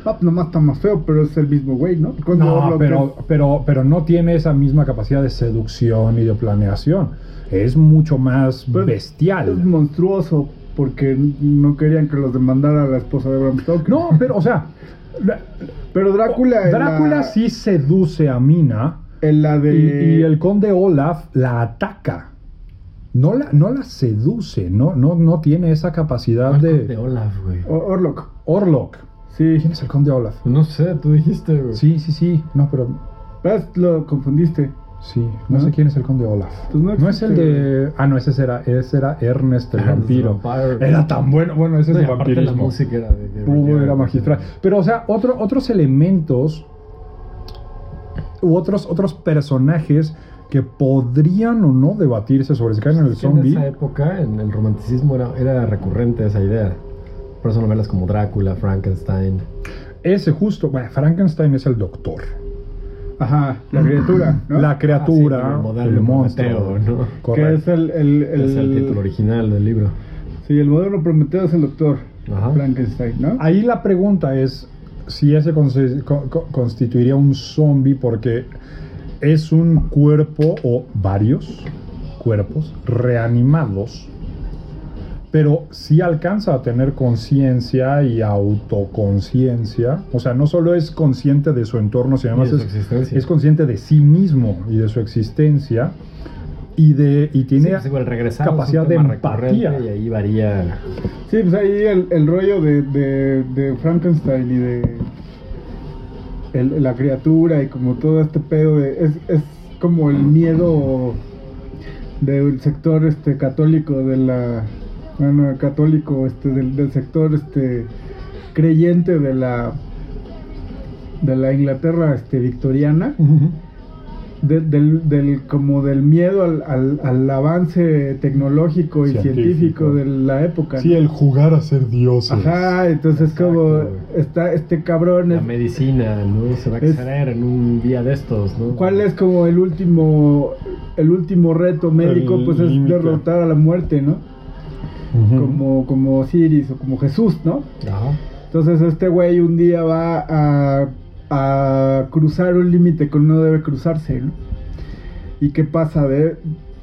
Speaker 1: Ah, pues nomás está más feo, pero es el mismo güey, ¿no? Con
Speaker 2: No,
Speaker 1: Orlok
Speaker 2: pero, pero, pero no tiene esa misma capacidad de seducción y de planeación. Es mucho más
Speaker 1: Pero-
Speaker 2: bestial.
Speaker 1: es monstruoso porque no querían que los demandara la esposa de Bram Stoker.
Speaker 2: No, pero, o sea, la-
Speaker 1: Pero Drácula. en
Speaker 2: Drácula
Speaker 1: la-
Speaker 2: sí seduce a Mina
Speaker 1: En la de.
Speaker 3: Este,
Speaker 2: y, y el conde Olaf la ataca. No la, no la seduce, no, no, no tiene esa capacidad
Speaker 3: ¿Cuál
Speaker 2: de...
Speaker 3: de Olaf, güey.
Speaker 1: O- Orlok.
Speaker 2: Orlok.
Speaker 1: Sí.
Speaker 2: ¿Quién es el conde Olaf?
Speaker 3: No sé, tú dijiste, güey.
Speaker 2: Sí, sí, sí. No, pero...
Speaker 1: Pues lo confundiste.
Speaker 2: Sí, no,
Speaker 1: ¿No?
Speaker 2: sé quién es el conde Olaf.
Speaker 1: Pues no
Speaker 2: no, es el
Speaker 1: existe,
Speaker 2: de... Ah, no, ese era, ese era Ernest el
Speaker 3: Ernest
Speaker 2: vampiro.
Speaker 3: Vampire.
Speaker 2: Era tan bueno. Bueno, ese
Speaker 3: Ah, No,
Speaker 2: es
Speaker 3: y
Speaker 2: el
Speaker 3: aparte la
Speaker 2: vampirismo.
Speaker 3: música era de... de
Speaker 2: Hugo
Speaker 3: Randy
Speaker 2: era
Speaker 3: Orton.
Speaker 2: magistral. Pero, o sea, otro- otros elementos u otros, otros personajes que podrían o no debatirse sobre si caen en el zombie.
Speaker 3: En esa época, en el romanticismo era, era recurrente esa idea. Por eso novelas como Drácula, Frankenstein.
Speaker 2: Ese justo, bueno, Frankenstein es el doctor.
Speaker 1: Ajá, la criatura, ¿no?
Speaker 2: La
Speaker 3: Ah, sí,
Speaker 2: criatura,
Speaker 3: el modelo
Speaker 2: el monstruo.
Speaker 3: Prometeo, ¿no?
Speaker 1: que
Speaker 2: Correcto.
Speaker 1: es el, el, el-
Speaker 3: Es el título original del libro.
Speaker 1: Sí, el modelo Prometeo es el doctor
Speaker 3: Ajá.
Speaker 1: Frankenstein, ¿no?
Speaker 2: Ahí la pregunta es si ese conse- co- co- constituiría un zombie porque es un cuerpo o varios cuerpos reanimados, pero sí alcanza a tener conciencia y autoconciencia. O sea, no solo es consciente de su entorno, sino
Speaker 3: Y de
Speaker 2: además
Speaker 3: su
Speaker 2: es,
Speaker 3: existencia.
Speaker 2: es consciente de sí mismo y de su existencia y, de, y
Speaker 3: Sí,
Speaker 2: tiene...
Speaker 3: pues digo, el regresado es un
Speaker 2: capacidad de
Speaker 3: tema
Speaker 2: empatía.
Speaker 3: recurrente Y ahí varía.
Speaker 1: Sí, pues ahí el, el rollo de, de, de Frankenstein y de el- la criatura y como todo este pedo de, es, es como el miedo del sector este católico de la bueno católico este del, del sector este creyente de la de la Inglaterra este victoriana de- del, del- como del miedo al, al- al avance tecnológico y
Speaker 2: Científico.
Speaker 1: científico, de la época
Speaker 2: Sí,
Speaker 1: ¿no?
Speaker 2: el jugar a ser dioses.
Speaker 1: Ajá, entonces
Speaker 3: Exacto,
Speaker 1: como
Speaker 3: güey.
Speaker 1: está este cabrón,
Speaker 3: La
Speaker 1: es-
Speaker 3: medicina, ¿no? Se va a
Speaker 1: Es-
Speaker 3: extraer en un día de estos, ¿no?
Speaker 1: ¿cuál es como el último el último reto médico?
Speaker 2: El
Speaker 1: pues es
Speaker 2: límite.
Speaker 1: derrotar a la muerte, ¿no?
Speaker 2: Ujú.
Speaker 1: Como como Osiris o como Jesús, ¿no?
Speaker 3: Ajá.
Speaker 1: Entonces este güey un día va a, a cruzar un límite que no debe cruzarse, ¿no? ¿Y qué pasa de...?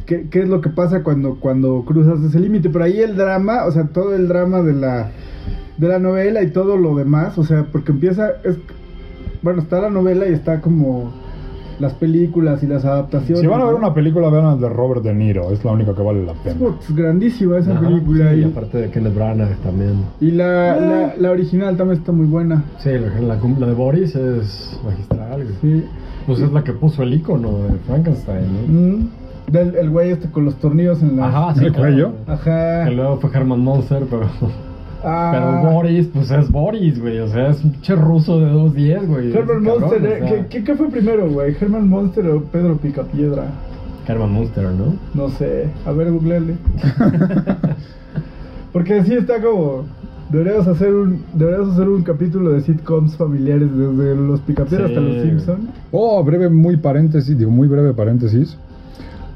Speaker 1: ¿Qué, qué es lo que pasa cuando, cuando cruzas ese límite? Pero ahí el drama, o sea, todo el drama de la, de la novela y todo lo demás, o sea, porque empieza... Es, bueno, está la novela y está como las películas y las adaptaciones.
Speaker 2: Si van a ver
Speaker 1: ¿no?
Speaker 2: una película, vean la de Robert De Niro. Es la única que vale la
Speaker 1: Es
Speaker 2: pena.
Speaker 1: putz, grandísima esa
Speaker 3: Ajá,
Speaker 1: película.
Speaker 3: sí, y
Speaker 1: y
Speaker 3: aparte de Kenneth Branagh también.
Speaker 1: y la,
Speaker 2: Eh.
Speaker 1: la, la original también está muy buena.
Speaker 3: Sí, la, la, la de Boris es magistral. güey.
Speaker 1: Sí.
Speaker 3: Pues es la que puso el icono de Frankenstein,
Speaker 1: Mm. Del, el güey este con los tornillos en
Speaker 3: ¿no?
Speaker 1: la.
Speaker 3: Ajá,
Speaker 2: ¿El cuello?
Speaker 1: Ajá.
Speaker 3: Que luego fue Herman Monster, pero.
Speaker 1: Ah,
Speaker 3: Pero Boris, pues es Boris, güey. O sea, es un che ruso de 2.10, güey. es
Speaker 1: Herman
Speaker 3: cabrón,
Speaker 1: Monster.
Speaker 3: o
Speaker 1: eh,
Speaker 3: sea.
Speaker 1: ¿qué- qué, qué fue primero, güey? ¿Herman Monster o Pedro Picapiedra?
Speaker 3: Herman Monster, ¿no?
Speaker 1: No sé. A ver,
Speaker 3: [LAUGHS]
Speaker 1: googleale. Porque sí está como. Deberíamos hacer un deberíamos hacer un capítulo de sitcoms familiares desde los Picapiedra hasta
Speaker 3: Sí.
Speaker 1: los Simpson.
Speaker 2: Oh, breve, muy paréntesis, digo, muy breve paréntesis.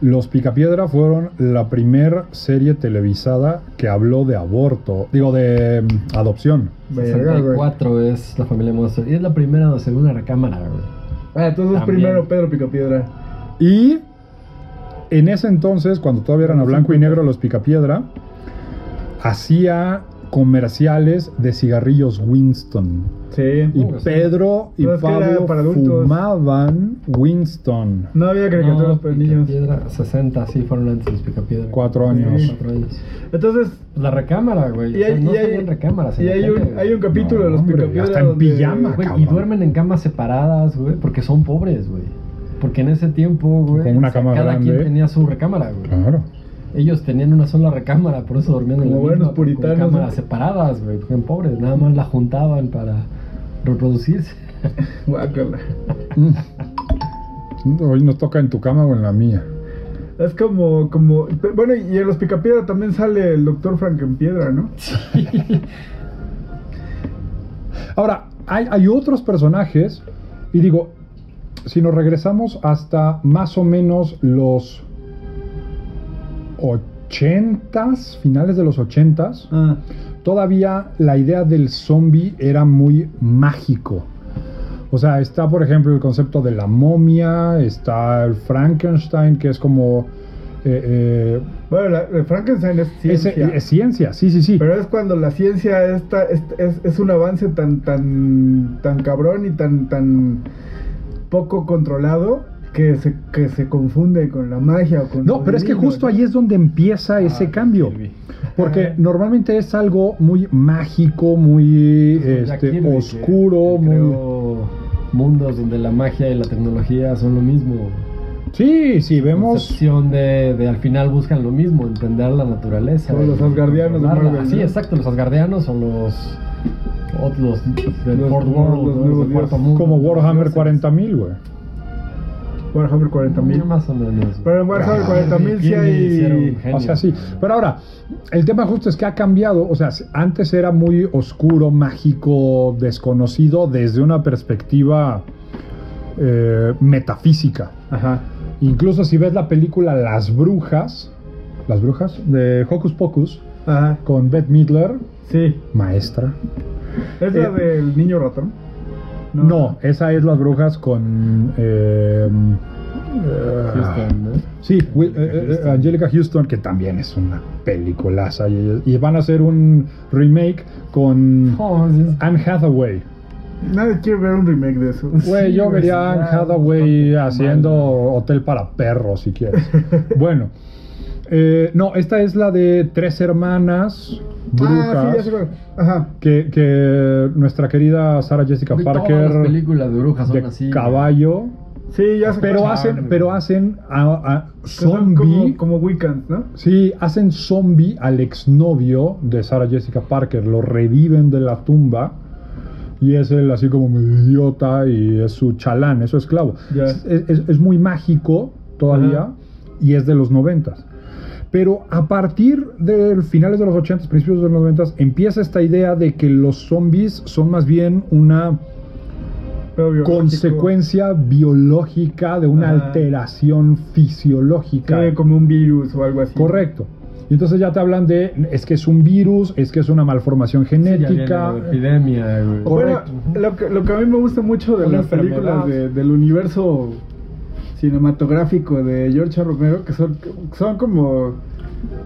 Speaker 2: Los Picapiedra fueron la primer serie televisada que habló de aborto, digo, de mm, adopción.
Speaker 1: Verga, güey.
Speaker 3: 64 es la familia Monster. Y es la primera o segunda recámara, güey.
Speaker 1: Ah, entonces
Speaker 3: También.
Speaker 1: primero Pedro Picapiedra.
Speaker 2: Y en ese entonces, cuando todavía eran a blanco y negro los Picapiedra, hacía comerciales de cigarrillos Winston.
Speaker 1: Sí.
Speaker 2: Y
Speaker 3: Uh, sí.
Speaker 2: Pedro y
Speaker 1: Pero es que era
Speaker 2: Pablo
Speaker 1: para adultos.
Speaker 2: fumaban Winston.
Speaker 1: No había caricaturas para niños.
Speaker 3: Piedra, 60, sí, fueron antes de los Picapiedra.
Speaker 2: Cuatro años.
Speaker 1: Sí.
Speaker 3: Cuatro años.
Speaker 1: Entonces,
Speaker 3: La recámara, güey.
Speaker 1: Y
Speaker 3: o sea,
Speaker 1: hay-
Speaker 3: no
Speaker 1: y hay-
Speaker 3: salían recámaras. en
Speaker 1: y
Speaker 3: la
Speaker 1: hay
Speaker 3: tele,
Speaker 1: un,
Speaker 3: güey.
Speaker 1: hay un capítulo de los
Speaker 2: hombre,
Speaker 1: Picapiedra.
Speaker 2: hasta en
Speaker 1: donde-
Speaker 2: pijama,
Speaker 3: Güey, y
Speaker 2: cabrón.
Speaker 3: duermen en camas separadas, güey, porque son pobres, güey. Porque en ese tiempo, güey,
Speaker 2: Con una cama
Speaker 3: cada quien
Speaker 2: grande.
Speaker 3: tenía su recámara, güey.
Speaker 2: Claro.
Speaker 3: Ellos tenían una sola recámara, por eso dormían en la
Speaker 1: Como
Speaker 3: misma,
Speaker 1: buenos
Speaker 3: con-
Speaker 1: puritanos,
Speaker 3: con cámaras
Speaker 1: ¿no?
Speaker 3: separadas, güey, porque eran pobres, nada más la juntaban para reproducirse.
Speaker 1: Guácala.
Speaker 2: Mm. Hoy nos toca en tu cama o en la mía.
Speaker 1: Es como, como. pe- Bueno, y en los Picapiedra también sale el doctor Frankenpiedra, ¿no?
Speaker 2: Ahora, hay, hay otros personajes, y digo, si nos regresamos hasta más o menos los 80s, finales de los 80s,
Speaker 1: Ah,
Speaker 2: todavía la idea del zombie era muy mágico. O sea, está por ejemplo el concepto de la momia, está el Frankenstein, que es como... eh, eh,
Speaker 1: bueno, la- el Frankenstein es
Speaker 2: ese- eh,
Speaker 1: ciencia.
Speaker 2: es ciencia, sí, sí, sí.
Speaker 1: Pero es cuando la ciencia está, es, es- es un avance tan, tan, tan cabrón y tan, tan poco controlado que se, que se confunde con la magia o con
Speaker 2: No,
Speaker 1: lo
Speaker 2: pero es que
Speaker 1: divino,
Speaker 2: justo
Speaker 1: ¿no?
Speaker 2: ahí es donde empieza ese cambio.
Speaker 3: Kirby.
Speaker 2: Porque normalmente es algo muy mágico, muy
Speaker 3: Entonces, Jack
Speaker 2: este,
Speaker 3: Kirby, que-
Speaker 2: oscuro,
Speaker 3: que
Speaker 2: muy...
Speaker 3: creó mundos donde la magia y la tecnología son lo mismo.
Speaker 2: Sí, sí, vemos...
Speaker 3: Concepción de, de al final buscan lo mismo, entender la naturaleza.
Speaker 1: Son los
Speaker 3: y
Speaker 1: asgardianos de
Speaker 3: controlarla.
Speaker 1: Marvel,
Speaker 3: Sí,
Speaker 1: ¿no?
Speaker 3: exacto, los asgardianos son los otros del
Speaker 1: Los
Speaker 3: Fourth
Speaker 1: nuevos-
Speaker 3: World,
Speaker 1: los
Speaker 3: ¿no?
Speaker 1: nuevos
Speaker 3: Del cuarto
Speaker 1: dioses.
Speaker 3: mundo.
Speaker 2: Como
Speaker 3: Los
Speaker 2: Warhammer
Speaker 3: dioses.
Speaker 2: 40.000, güey.
Speaker 1: Warhammer 40.000.
Speaker 4: Más o menos.
Speaker 1: Pero en
Speaker 3: Ah,
Speaker 1: Warhammer 40.000 sí hay...
Speaker 4: Hicieron- Genio.
Speaker 2: O sea, sí. Pero ahora, el tema justo es que ha cambiado. O sea, antes era muy oscuro, mágico, desconocido desde una perspectiva eh, metafísica.
Speaker 1: Ajá.
Speaker 2: Incluso si ves la película Las Brujas, Las Brujas, de Hocus Pocus,
Speaker 1: Ajá.
Speaker 2: con Beth Midler,
Speaker 1: Sí.
Speaker 2: maestra.
Speaker 1: ¿Es la
Speaker 2: Eh,
Speaker 1: del niño ratón?
Speaker 2: No, esa es Las Brujas con... eh, eh,
Speaker 4: Houston, ¿no?
Speaker 2: Sí, Will- eh, eh, eh, Angelica Houston, que también es una peliculaza. Y, y van a hacer un remake con
Speaker 1: Mm.
Speaker 4: Oh, sí, es-
Speaker 2: Anne Hathaway.
Speaker 1: Nadie quiere ver un remake de eso.
Speaker 2: Güey, yo
Speaker 4: güey,
Speaker 2: vería
Speaker 4: sí,
Speaker 2: a Anne
Speaker 4: ya,
Speaker 2: Hathaway
Speaker 4: mal.
Speaker 2: haciendo hotel para perros, si quieres. bueno, eh, no, esta es la de tres hermanas [LAUGHS] brujas.
Speaker 1: Ah, sí, ya sé cuál. Ajá.
Speaker 2: que, que nuestra querida Sarah Jessica
Speaker 3: Güey, Todas las
Speaker 2: Parker
Speaker 3: películas de brujas son
Speaker 2: de
Speaker 3: así. güey.
Speaker 2: caballo.
Speaker 1: Sí, ya sé
Speaker 2: Pero
Speaker 1: cuál.
Speaker 2: hacen, pero hacen a, a
Speaker 1: Que son
Speaker 2: zombie.
Speaker 1: Como, como Weekend, ¿no?
Speaker 2: Sí, hacen zombie al exnovio de Sarah Jessica Parker, lo reviven de la tumba y es él así como medio idiota y es su chalán, es su esclavo.
Speaker 1: Ya.
Speaker 2: Es, es- es muy mágico todavía
Speaker 1: Ajá.
Speaker 2: y es de los noventas. Pero a partir de finales de los 80, principios de los 90, empieza esta idea de que los zombies son más bien una
Speaker 1: Pero biológico.
Speaker 2: consecuencia biológica de una
Speaker 1: Ajá.
Speaker 2: alteración
Speaker 1: Sí,
Speaker 2: fisiológica.
Speaker 1: como un virus o algo así.
Speaker 2: Correcto. Y entonces ya te hablan de, es que es un virus, es que es una malformación
Speaker 4: sí, ya viene
Speaker 2: genética.
Speaker 4: la epidemia, güey.
Speaker 1: Bueno,
Speaker 2: Correcto.
Speaker 1: lo que, lo que a mí me gusta mucho de
Speaker 4: Una
Speaker 1: las películas
Speaker 4: enfermedad.
Speaker 1: de- del universo cinematográfico de George R. Romero, que son, son como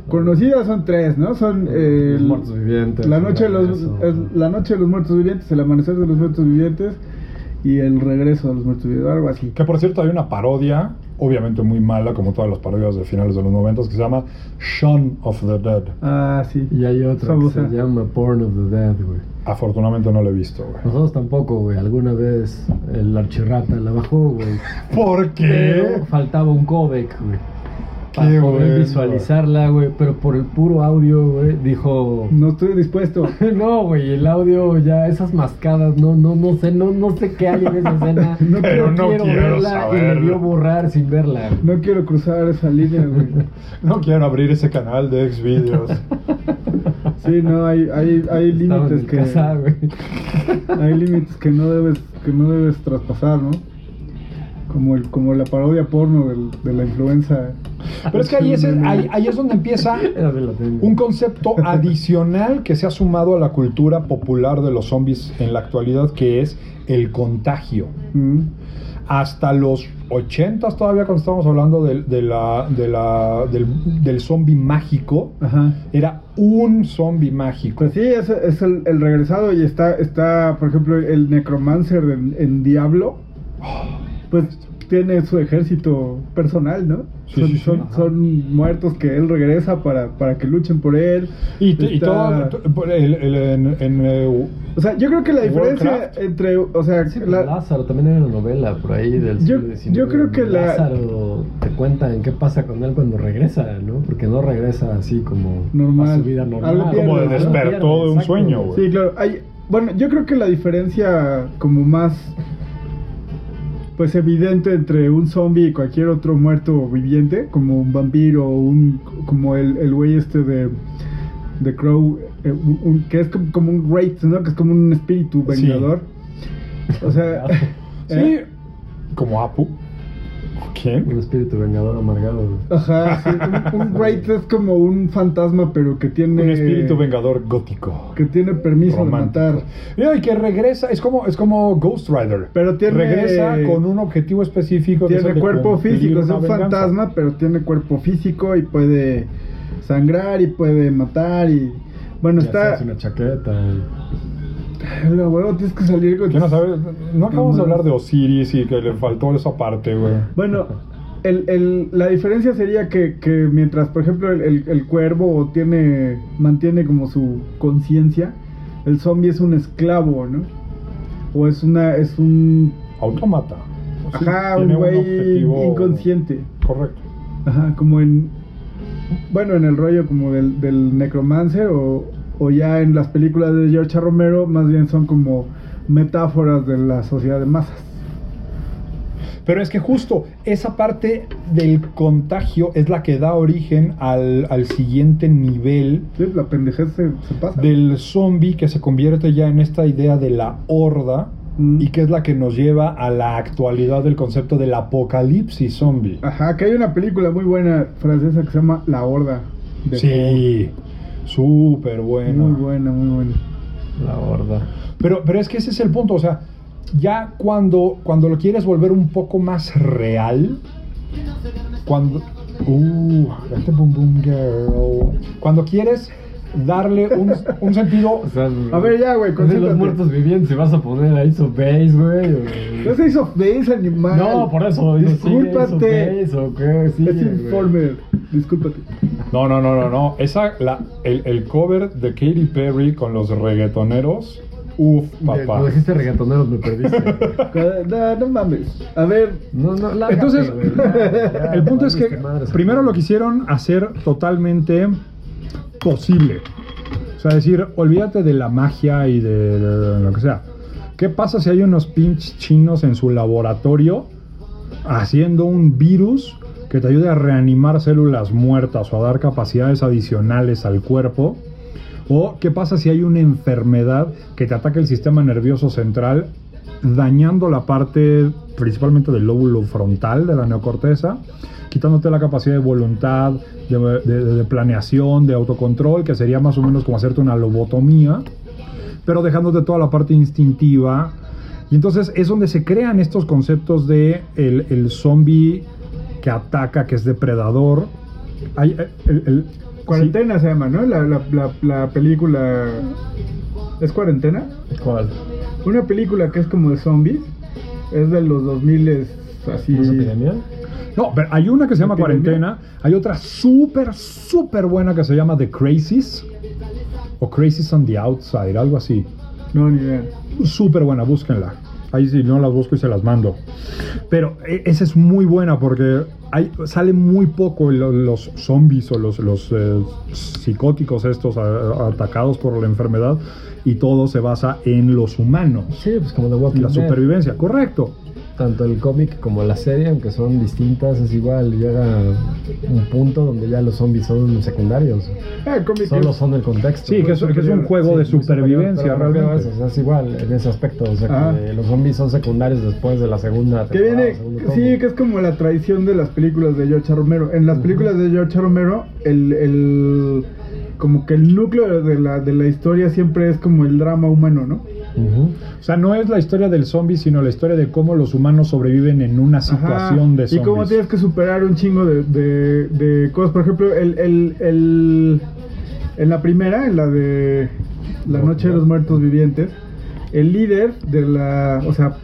Speaker 1: conocidas, son tres, ¿no? Son eh,
Speaker 4: Los muertos vivientes,
Speaker 1: La
Speaker 4: el
Speaker 1: noche, de los,
Speaker 4: regreso.
Speaker 1: el- la noche de los muertos vivientes, el amanecer de los muertos vivientes y el regreso de los muertos vivientes, algo así.
Speaker 2: que por cierto hay una parodia, obviamente muy mala, como todas las parodias de finales de los 90, que se llama Shaun of the Dead.
Speaker 1: Ah, sí.
Speaker 4: Y hay otra que
Speaker 1: Famosa.
Speaker 4: se llama Porn of the Dead, güey.
Speaker 2: Afortunadamente no lo he visto, güey.
Speaker 4: Nosotros tampoco, güey. Alguna vez el archirrata la bajó, güey.
Speaker 2: ¿Por
Speaker 4: Pero faltaba un codec, güey.
Speaker 2: Qué
Speaker 4: Para poder
Speaker 2: bueno.
Speaker 4: visualizarla, güey. Pero por el puro audio, güey, dijo. [LAUGHS]
Speaker 1: No estoy dispuesto.
Speaker 4: No, güey, el audio ya, esas mascadas, no, no, no sé, no, no sé qué hay en esa escena.
Speaker 1: [LAUGHS] No,
Speaker 2: pero no quiero
Speaker 4: y me
Speaker 2: saberlo.
Speaker 4: dio borrar sin verla. güey.
Speaker 1: No quiero cruzar esa línea, güey.
Speaker 2: No quiero abrir ese canal
Speaker 4: [LAUGHS]
Speaker 2: de Xvideos.
Speaker 1: Sí, no, hay, hay,
Speaker 4: Estaba
Speaker 1: hay
Speaker 4: en
Speaker 1: límites
Speaker 4: mi
Speaker 1: que...
Speaker 4: casa, güey. [LAUGHS]
Speaker 1: Hay límites que no debes que no debes traspasar, ¿no? Como el como la parodia porno del- de la influenza.
Speaker 2: Pero es que ahí es, ahí- ahí es donde empieza
Speaker 4: Era de la tele.
Speaker 2: Un concepto adicional que se ha sumado a la cultura popular de los zombies en la actualidad, que es el contagio.
Speaker 1: Mm.
Speaker 2: Hasta los 80 todavía cuando estábamos hablando del- de la- de la- del, del zombie mágico,
Speaker 1: Ajá.
Speaker 2: era un zombie mágico.
Speaker 1: Pues sí, es, es el, el regresado y está está por ejemplo el necromancer en, en Diablo. Pues tiene su ejército personal, ¿no?
Speaker 2: Sí,
Speaker 1: son,
Speaker 2: sí, sí.
Speaker 1: son-
Speaker 2: Ajá.
Speaker 1: son muertos que él regresa para, para que luchen por él.
Speaker 2: Y, t- y
Speaker 1: Está-
Speaker 2: todo el- el- en, en, eh,
Speaker 1: O sea, yo creo que la diferencia
Speaker 2: Warcraft.
Speaker 1: entre, o sea,
Speaker 3: pues
Speaker 4: Sí,
Speaker 1: la-
Speaker 4: Lázaro, también hay una novela por ahí del
Speaker 1: Yo-
Speaker 4: siglo XIX.
Speaker 1: yo creo que la-
Speaker 4: Lázaro te cuentan qué pasa con él cuando regresa, ¿no? Porque no regresa así como
Speaker 1: Normal.
Speaker 4: a su vida normal.
Speaker 1: Algo pierde, Como de ¿no?
Speaker 2: despertó de un
Speaker 4: exacto.
Speaker 2: sueño, güey.
Speaker 1: Sí, claro. Hay, bueno, yo creo que la diferencia como más pues evidente entre un zombie y cualquier otro muerto viviente, como un vampiro o un como el el güey este de de Crow, eh, un- un- que es como, como un wraith, ¿no? Que es como un espíritu
Speaker 2: Sí.
Speaker 1: vengador. O
Speaker 2: [LAUGHS]
Speaker 1: sea,
Speaker 2: sí,
Speaker 1: ¿eh?
Speaker 2: como Apu.
Speaker 4: Un
Speaker 2: ¿Quién?
Speaker 4: espíritu vengador amargado, güey.
Speaker 1: Ajá, sí, un, un wraith es como un fantasma, pero que tiene
Speaker 2: Un espíritu vengador gótico.
Speaker 1: que tiene permiso
Speaker 2: romántico.
Speaker 1: de matar.
Speaker 2: No, Y que regresa, es como, es como Ghost Rider.
Speaker 1: Pero tiene- eh,
Speaker 2: regresa con un objetivo específico. que es el
Speaker 1: Tiene
Speaker 2: de
Speaker 1: cuerpo
Speaker 2: cumplir
Speaker 1: físico, es
Speaker 2: una
Speaker 1: un
Speaker 2: venganza.
Speaker 1: fantasma, pero tiene cuerpo físico y puede sangrar y puede matar y
Speaker 4: Ya
Speaker 1: bueno,
Speaker 4: se
Speaker 1: está
Speaker 4: hace una chaqueta.
Speaker 1: [LAUGHS] la huevo tienes que salir con
Speaker 2: Que no sabes, no acabamos de
Speaker 1: No.
Speaker 2: hablar de Osiris y que le faltó esa parte, güey.
Speaker 1: Bueno, el, el- la diferencia sería que, que mientras, por ejemplo, el, el- el cuervo tiene mantiene como su conciencia, el zombie es un esclavo, ¿no? O es una es un
Speaker 2: Autómata. Sí,
Speaker 1: ajá,
Speaker 2: tiene
Speaker 1: un güey
Speaker 2: objetivo-
Speaker 1: inconsciente.
Speaker 2: Correcto.
Speaker 1: Ajá, como en. Bueno, en el rollo como del, del Necromancer o, o ya en las películas de George A. Romero, más bien son como metáforas de la sociedad de masas.
Speaker 2: Pero es que justo esa parte del contagio es la que da origen al, al siguiente nivel
Speaker 1: Sí, la pendejez se, se pasa.
Speaker 2: del zombie que se convierte ya en esta idea de la horda
Speaker 1: Mm.
Speaker 2: y que es la que nos lleva a la actualidad del concepto del apocalipsis zombie.
Speaker 1: Ajá, que hay una película muy buena francesa que se llama La Horda. de
Speaker 2: Sí, súper
Speaker 1: Ford.
Speaker 2: bueno.
Speaker 1: Muy buena, muy buena.
Speaker 3: La horda.
Speaker 2: Pero, pero es que ese es el punto, o sea, ya cuando, cuando lo quieres volver un poco más real, cuando... Uh, este boom boom girl. Cuando quieres darle un, un [LAUGHS] sentido...
Speaker 3: O sea,
Speaker 1: A ver, ya, güey,
Speaker 3: con los
Speaker 1: concéntrate.
Speaker 3: muertos vivientes, si vas a poner ahí su base, güey. o-
Speaker 1: No se hizo face animal.
Speaker 3: No, por eso.
Speaker 1: Discúlpate.
Speaker 3: Eso, ¿qué? Sí,
Speaker 1: Es informer. Discúlpate.
Speaker 2: No, no, no, no, no. Esa, la, el, el cover de Katy Perry con los reggaetoneros. Uf, papá.
Speaker 3: Lo dijiste reggaetoneros, me perdiste.
Speaker 2: [LAUGHS]
Speaker 3: güey.
Speaker 1: No, no mames. A ver,
Speaker 3: No, no, lárgate,
Speaker 2: Entonces,
Speaker 3: güey, ya, ya,
Speaker 2: [LAUGHS] el punto es
Speaker 3: valiste
Speaker 2: que
Speaker 3: madres.
Speaker 2: primero lo quisieron hacer totalmente posible. O sea, decir, olvídate de la magia y de, de- de lo que sea. ¿Qué pasa si hay unos pinches chinos en su laboratorio haciendo un virus que te ayude a reanimar células muertas o a dar capacidades adicionales al cuerpo? ¿O qué pasa si hay una enfermedad que te ataca el sistema nervioso central, dañando la parte principalmente del lóbulo frontal de la neocorteza, quitándote la capacidad de voluntad, de, de- de planeación, de autocontrol, que sería más o menos como hacerte una lobotomía, pero dejándote toda la parte instintiva? Y entonces es donde se crean estos conceptos de el, el zombie que ataca, que es depredador. Hay, eh, el- el-
Speaker 1: Cuarentena se llama, ¿no? La, la, la, la película. ¿Es cuarentena?
Speaker 3: ¿Cuál?
Speaker 1: Una película que es como de zombies. Es de los 2000 así.
Speaker 3: ¿No es epidemia?
Speaker 2: No, pero hay una que se llama
Speaker 1: Epidemia.
Speaker 2: Cuarentena, hay otra súper, súper buena que se llama The Crazies o Crazies on the Outside, algo así.
Speaker 1: No, ni idea.
Speaker 2: Súper buena, búsquenla. Ahí si no las busco y se las mando. Pero e- esa es muy buena porque hay, sale muy poco lo- los zombies o los, los, eh, psicóticos estos a- atacados por la enfermedad y todo se basa en los humanos.
Speaker 3: Sí, pues como The Walking
Speaker 2: La
Speaker 3: Dead.
Speaker 2: supervivencia, correcto.
Speaker 3: Tanto el cómic como la serie, aunque son distintas, es igual. Llega un punto donde ya los zombies son secundarios.
Speaker 1: Ah, el cómic
Speaker 3: Solo
Speaker 1: es-
Speaker 3: son el contexto. pues.
Speaker 2: Sí, que es, que es un juego de
Speaker 3: Sí, muy superior,
Speaker 2: supervivencia
Speaker 3: pero me refiero a
Speaker 2: realmente.
Speaker 3: eso, o sea, es igual en ese aspecto. O sea,
Speaker 1: Ah.
Speaker 3: que los zombies son secundarios después de la segunda.
Speaker 1: Que
Speaker 3: temporada,
Speaker 1: viene,
Speaker 3: segundo
Speaker 1: sí,
Speaker 3: cómic.
Speaker 1: que es como la traición de las películas de George A. Romero. En las
Speaker 3: Ujú.
Speaker 1: películas de George A. Romero, el, el- como que el núcleo de la, de la historia siempre es como el drama humano, ¿no?
Speaker 3: Ujú.
Speaker 2: O sea, no es la historia del zombie, sino la historia de cómo los humanos sobreviven en una
Speaker 1: Ajá.
Speaker 2: situación de
Speaker 1: Y cómo
Speaker 2: zombies.
Speaker 1: tienes que superar un chingo de, de- de cosas. Por ejemplo, el, el- el- en la primera, en la de La Noche de los Muertos Vivientes, el líder de la. O sea,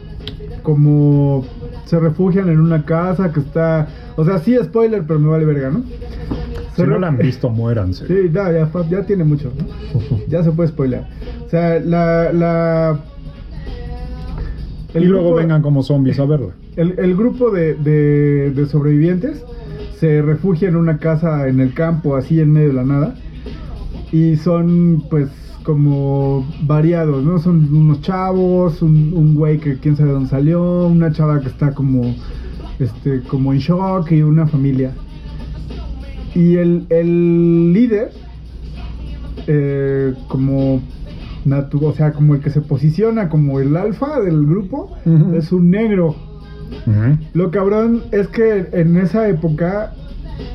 Speaker 1: como se refugian en una casa que está. O sea, sí, spoiler, pero me vale verga, ¿no?
Speaker 2: Si
Speaker 1: Se
Speaker 2: no
Speaker 1: re-
Speaker 2: la han visto,
Speaker 1: [LAUGHS]
Speaker 2: muéranse.
Speaker 1: Sí, ya, ya, fa- ya tiene mucho. ¿no?
Speaker 2: [LAUGHS]
Speaker 1: Ya se puede spoiler. O sea, la. la
Speaker 2: y luego
Speaker 1: grupo-
Speaker 2: vengan como zombies a verla.
Speaker 1: el, el grupo de, de- de sobrevivientes se refugia en una casa en el campo, así en medio de la nada. Y son, pues, como variados, ¿no? Son unos chavos, un, un güey que quién sabe dónde salió, una chava que está como, este, como en shock y una familia. Y el, el líder, eh, como, natu- o sea, como el que se posiciona como el alfa del grupo,
Speaker 2: Ujú.
Speaker 1: es un negro.
Speaker 2: Ujú.
Speaker 1: Lo cabrón es que en esa época,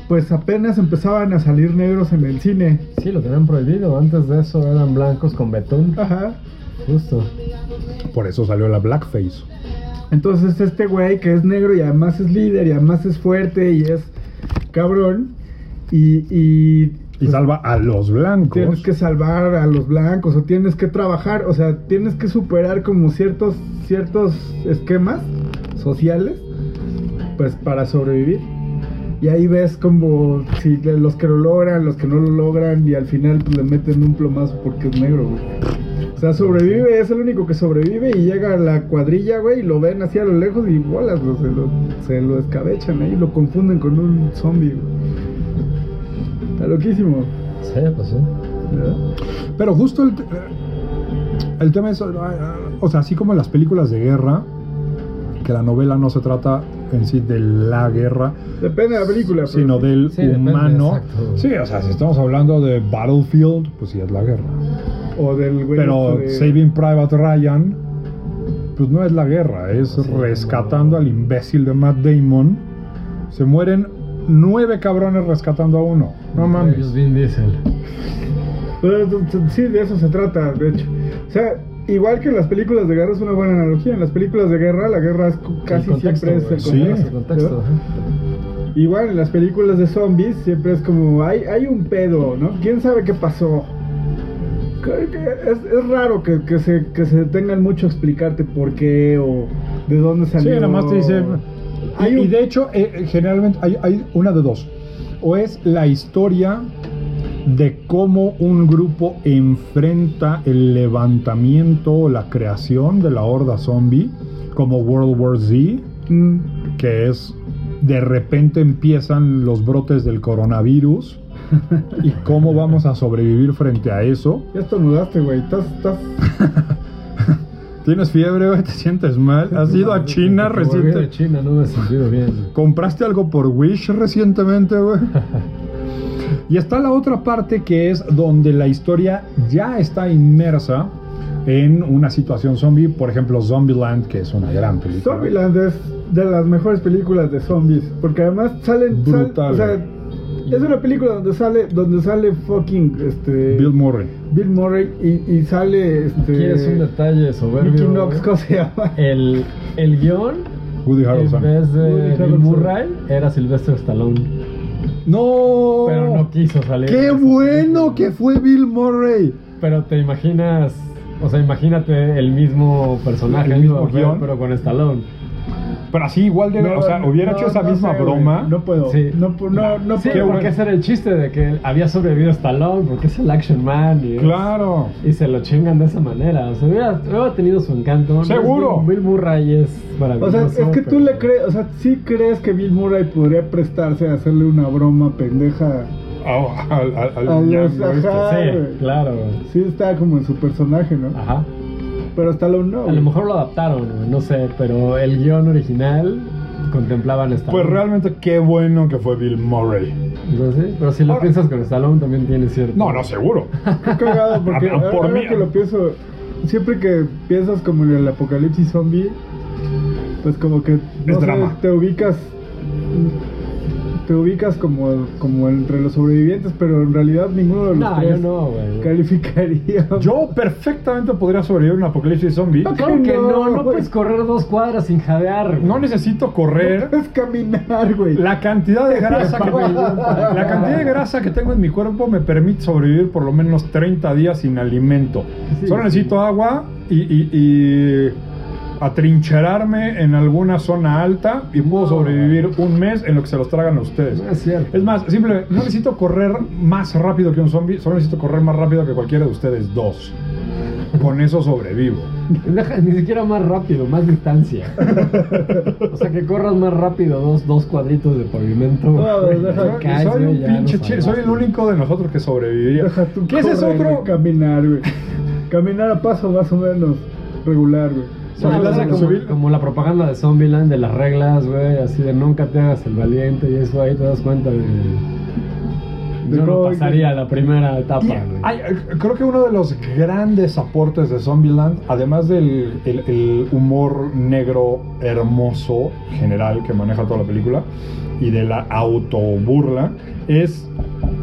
Speaker 1: pues apenas empezaban a salir negros en el cine.
Speaker 3: Sí, lo tenían prohibido. Antes de eso eran blancos con betún.
Speaker 2: Ah.
Speaker 1: Ajá.
Speaker 3: Justo.
Speaker 2: Por eso salió la blackface.
Speaker 1: Entonces este güey que es negro y además es líder y además es fuerte y es cabrón. Y, y
Speaker 2: Y salva a los blancos.
Speaker 1: Pues tienes que salvar a los blancos o tienes que trabajar, o sea, tienes que superar como ciertos, ciertos esquemas sociales, pues para sobrevivir. Y ahí ves como si de los que lo logran, los que no lo logran y al final pues, le meten un plomazo porque es negro, güey. O sea, sobrevive, es el único que sobrevive y llega a la cuadrilla, güey, y lo ven así a lo lejos y bolas, güey, se, lo, se lo escabechan ahí, lo confunden con un zombie, güey. Está loquísimo,
Speaker 3: Sí, pues sí.
Speaker 1: ¿verdad?
Speaker 2: Pero justo el, te- el ah, tema es, o sea, así como en las películas de guerra, que la novela no se trata en sí de la guerra,
Speaker 1: Depende de la película, pero-
Speaker 2: sino del
Speaker 3: Sí, depende,
Speaker 2: humano.
Speaker 3: exacto.
Speaker 2: sí, o sea, si estamos hablando de Battlefield, pues sí es la guerra.
Speaker 1: O del güey.
Speaker 2: Pero
Speaker 1: este de-
Speaker 2: Saving Private Ryan, pues no es la guerra, es rescatando al imbécil de Matt Damon. Se mueren nueve cabrones rescatando a uno. No
Speaker 3: Ellos
Speaker 2: mames.
Speaker 3: Vin Diesel.
Speaker 1: Pues, Sí, de eso se trata, de hecho. O sea, igual que en las películas de guerra es una buena analogía. En las películas de guerra, la guerra es cu- casi
Speaker 3: contexto,
Speaker 1: siempre es el
Speaker 2: güey.
Speaker 1: contexto.
Speaker 2: Sí.
Speaker 3: El contexto.
Speaker 1: ¿no? Igual en las películas de zombies siempre es como, hay, hay un pedo, ¿no? ¿Quién sabe qué pasó? Creo que Es, es raro que, que se, que se detengan mucho a explicarte por qué o de dónde
Speaker 2: Sí,
Speaker 1: salió.
Speaker 2: nada más te dice. Y,
Speaker 1: Hay un-
Speaker 2: y de hecho, eh, eh, generalmente hay, hay una de dos. O es la historia de cómo un grupo enfrenta el levantamiento o la creación de la horda zombie, como World War Z,
Speaker 1: Mm,
Speaker 2: que es de repente empiezan los brotes del coronavirus y cómo vamos a sobrevivir frente a eso.
Speaker 1: ya estornudaste, güey. Estás, estás...
Speaker 2: ¿Tienes fiebre, güey? ¿Te sientes mal? ¿Has ido a China
Speaker 3: Porque volví de
Speaker 2: recientemente?
Speaker 3: China, no me he sentido bien.
Speaker 2: ¿Compraste algo por Wish recientemente,
Speaker 3: [LAUGHS]
Speaker 2: güey? Y está la otra parte que es donde la historia ya está inmersa en una situación zombie, por ejemplo Zombieland, que es una gran película.
Speaker 1: Zombieland es de las mejores películas de zombies. Porque además salen... sal-
Speaker 2: Brutal,
Speaker 1: o sea,
Speaker 3: güey.
Speaker 1: es una película donde sale, donde sale fucking este,
Speaker 2: Bill Murray.
Speaker 1: Bill Murray y, y sale este,
Speaker 3: ¿Quieres un detalle soberbio?
Speaker 1: Mickey Knox,
Speaker 3: güey? Eh,
Speaker 1: ¿cómo se llama?
Speaker 3: El, el guión,
Speaker 2: Woody
Speaker 3: en
Speaker 2: Harrelson.
Speaker 3: vez
Speaker 1: Woody
Speaker 3: de Bill
Speaker 1: Harrelson.
Speaker 3: Murray, era Sylvester Stallone.
Speaker 1: Oh,
Speaker 2: No.
Speaker 3: Pero no quiso salir.
Speaker 2: Qué
Speaker 3: de esa
Speaker 2: bueno
Speaker 3: película.
Speaker 2: que fue Bill Murray.
Speaker 3: Pero te imaginas, o sea, imagínate el mismo personaje,
Speaker 2: El
Speaker 3: el mismo
Speaker 2: mismo
Speaker 3: papel,
Speaker 2: guión.
Speaker 3: pero con Stallone.
Speaker 2: Pero así igual de, o sea, hubiera
Speaker 1: no,
Speaker 2: hecho esa
Speaker 1: no
Speaker 2: misma
Speaker 1: sé,
Speaker 2: broma.
Speaker 1: güey. No puedo.
Speaker 3: Sí.
Speaker 1: No, pu- no, no
Speaker 3: Sí,
Speaker 1: puedo.
Speaker 3: porque ese era el chiste de que había sobrevivido Stallone, porque es el Action Man. Y es-
Speaker 2: Claro.
Speaker 3: Y se lo chingan de esa manera. O sea, hubiera, hubiera tenido su encanto. No es
Speaker 2: Seguro.
Speaker 3: Bill, Bill Murray es
Speaker 1: O
Speaker 3: maravilloso.
Speaker 1: sea, es que tú
Speaker 3: pero-
Speaker 1: le crees, o sea, sí crees que Bill Murray podría prestarse a hacerle una broma pendeja.
Speaker 2: Au, al- al- al
Speaker 1: A los-
Speaker 2: ñango este.
Speaker 1: ajá.
Speaker 3: Sí, claro. güey.
Speaker 1: Sí está como en su personaje, ¿no?
Speaker 3: Ajá.
Speaker 1: Pero hasta lo no.
Speaker 3: Ah. A lo mejor lo adaptaron, güey, no sé, pero el guión original contemplaban Stallone.
Speaker 2: Pues realmente qué bueno que fue Bill Murray.
Speaker 3: Entonces, pero si lo
Speaker 2: Ahora-
Speaker 3: piensas con Stallone también tiene cierto.
Speaker 2: No,
Speaker 1: [LAUGHS]
Speaker 2: no, seguro.
Speaker 1: Qué cagado, porque
Speaker 2: Ah, por
Speaker 1: ahora
Speaker 2: mí.
Speaker 1: que lo pienso, siempre que piensas como en el apocalipsis zombie, pues como que
Speaker 2: Es drama.
Speaker 1: te ubicas te ubicas como, como entre los sobrevivientes, pero en realidad ninguno de los
Speaker 3: No, yo
Speaker 1: tres
Speaker 3: no, güey.
Speaker 1: calificaría. [LAUGHS]
Speaker 2: Yo perfectamente podría sobrevivir a un apocalipsis zombie.
Speaker 3: Claro que no, no
Speaker 1: güey.
Speaker 3: puedes correr dos cuadras sin jadear.
Speaker 2: No
Speaker 3: [LAUGHS]
Speaker 2: necesito correr.
Speaker 1: [LAUGHS] Es caminar, güey.
Speaker 2: La cantidad de grasa que
Speaker 1: [LAUGHS]
Speaker 2: me- la cantidad de grasa que tengo en mi cuerpo me permite sobrevivir por lo menos 30 días sin alimento.
Speaker 1: Sí,
Speaker 2: Solo
Speaker 1: sí.
Speaker 2: necesito agua y, y- y atrincherarme en alguna zona alta y puedo sobrevivir un mes en lo que se los tragan a ustedes.
Speaker 3: No es cierto.
Speaker 2: Es más, simplemente no necesito correr más rápido que un zombie, solo necesito correr más rápido que cualquiera de ustedes dos. Con eso sobrevivo.
Speaker 3: Deja- ni siquiera más rápido, más distancia. o sea, que corras más rápido dos, dos cuadritos de pavimento.
Speaker 1: No,
Speaker 3: güey,
Speaker 1: deja-
Speaker 3: te caes,
Speaker 2: soy
Speaker 3: güey,
Speaker 2: un
Speaker 3: ya
Speaker 2: pinche
Speaker 3: no
Speaker 2: chi- soy el
Speaker 3: salvaste.
Speaker 2: único de nosotros que sobreviviría.
Speaker 1: Deja tú
Speaker 2: ¿Qué ese es
Speaker 1: correr,
Speaker 2: otro?
Speaker 1: güey, Caminar, güey. Caminar a paso más o menos regular, güey.
Speaker 3: No,
Speaker 2: Subir las-
Speaker 3: era como,
Speaker 2: subir-
Speaker 3: como la propaganda de Zombieland, de las reglas, güey, así de nunca te hagas el valiente y eso ahí te das cuenta de...
Speaker 1: De
Speaker 3: Yo no
Speaker 1: cómo-
Speaker 3: pasaría la primera etapa,
Speaker 2: Y
Speaker 3: güey.
Speaker 2: hay- creo que uno de los grandes aportes de Zombieland, además del el- el humor negro hermoso general que maneja toda la película y de la autoburla, es,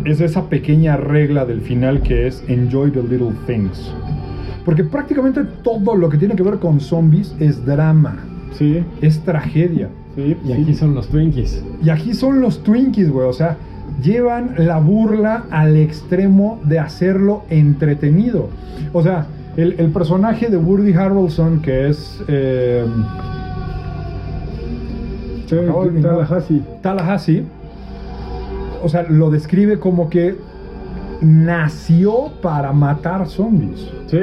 Speaker 2: es esa pequeña regla del final que es enjoy the little things. Porque prácticamente todo lo que tiene que ver con zombies es drama,
Speaker 1: Sí,
Speaker 2: es tragedia.
Speaker 1: sí.
Speaker 3: Y aquí son los Twinkies.
Speaker 2: Y aquí son los Twinkies, güey. O sea, llevan la burla al extremo de hacerlo entretenido. O sea, el, el personaje de Woody Harrelson, que es eh,
Speaker 1: Sí,
Speaker 2: acabo de
Speaker 1: sí,
Speaker 2: olvidar.
Speaker 1: Tallahassee.
Speaker 2: Tallahassee, o sea, lo describe como que nació para matar zombies.
Speaker 1: Sí,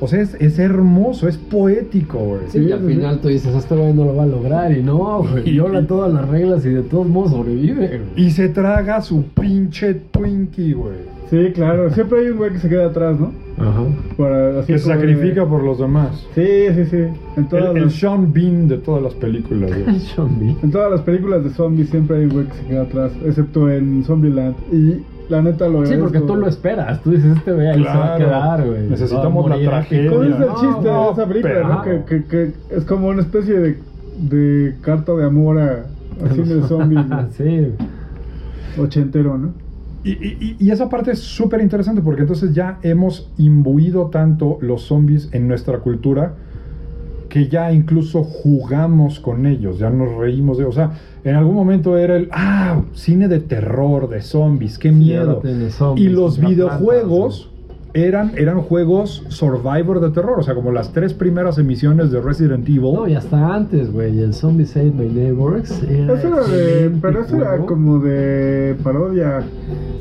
Speaker 2: O sea, es, es hermoso, es poético, güey.
Speaker 4: Sí, y al final tú dices, este güey no lo va a lograr. Y no, güey, viola todas las reglas y de todos modos sobrevive. güey.
Speaker 2: Y se traga su pinche Twinkie, güey.
Speaker 1: sí, claro. Siempre hay un güey que se queda atrás, ¿no?
Speaker 4: Ajá.
Speaker 1: Para, así
Speaker 2: Que se
Speaker 1: como de-
Speaker 2: sacrifica por los demás.
Speaker 1: Sí, sí, sí. En todas,
Speaker 2: El, el
Speaker 1: las,
Speaker 2: Sean Bean de todas las películas,
Speaker 1: [LAUGHS]
Speaker 2: güey.
Speaker 4: Zombie.
Speaker 1: en todas las películas de zombies siempre hay un güey que se queda atrás, excepto en Zombieland. Y la neta lo
Speaker 4: Sí, porque
Speaker 1: agradezco.
Speaker 4: tú lo esperas. Tú dices, este güey ahí se va a
Speaker 2: Claro.
Speaker 4: quedar, güey.
Speaker 2: Necesitamos
Speaker 4: Va a morir
Speaker 2: la
Speaker 4: aquí.
Speaker 2: tragedia.
Speaker 1: ¿Cuál es el
Speaker 4: No,
Speaker 1: chiste de
Speaker 4: no,
Speaker 1: esa película,
Speaker 2: pero-
Speaker 1: no? Que, que, que es como una especie de, de carta de amor a, a cine de zombies ¿no?
Speaker 4: [LAUGHS] sí.
Speaker 1: ochentero, ¿no?
Speaker 2: Y, y- y- y esa parte es súper interesante porque entonces ya hemos imbuido tanto los zombies en nuestra cultura que ya incluso jugamos con ellos, ya nos reímos de... O sea, en algún momento era el, ah, cine de terror, de zombies, qué miedo.
Speaker 4: ahora tiene zombies,
Speaker 2: y los
Speaker 4: una
Speaker 2: videojuegos eran, eran juegos survivor de terror, o sea, como las tres primeras emisiones de Resident Evil.
Speaker 4: No, y hasta antes, güey. El Zombie Save My Neighbors. Era
Speaker 1: Eso era de,
Speaker 4: excelente
Speaker 1: pero eso era
Speaker 4: juego.
Speaker 1: como de parodia.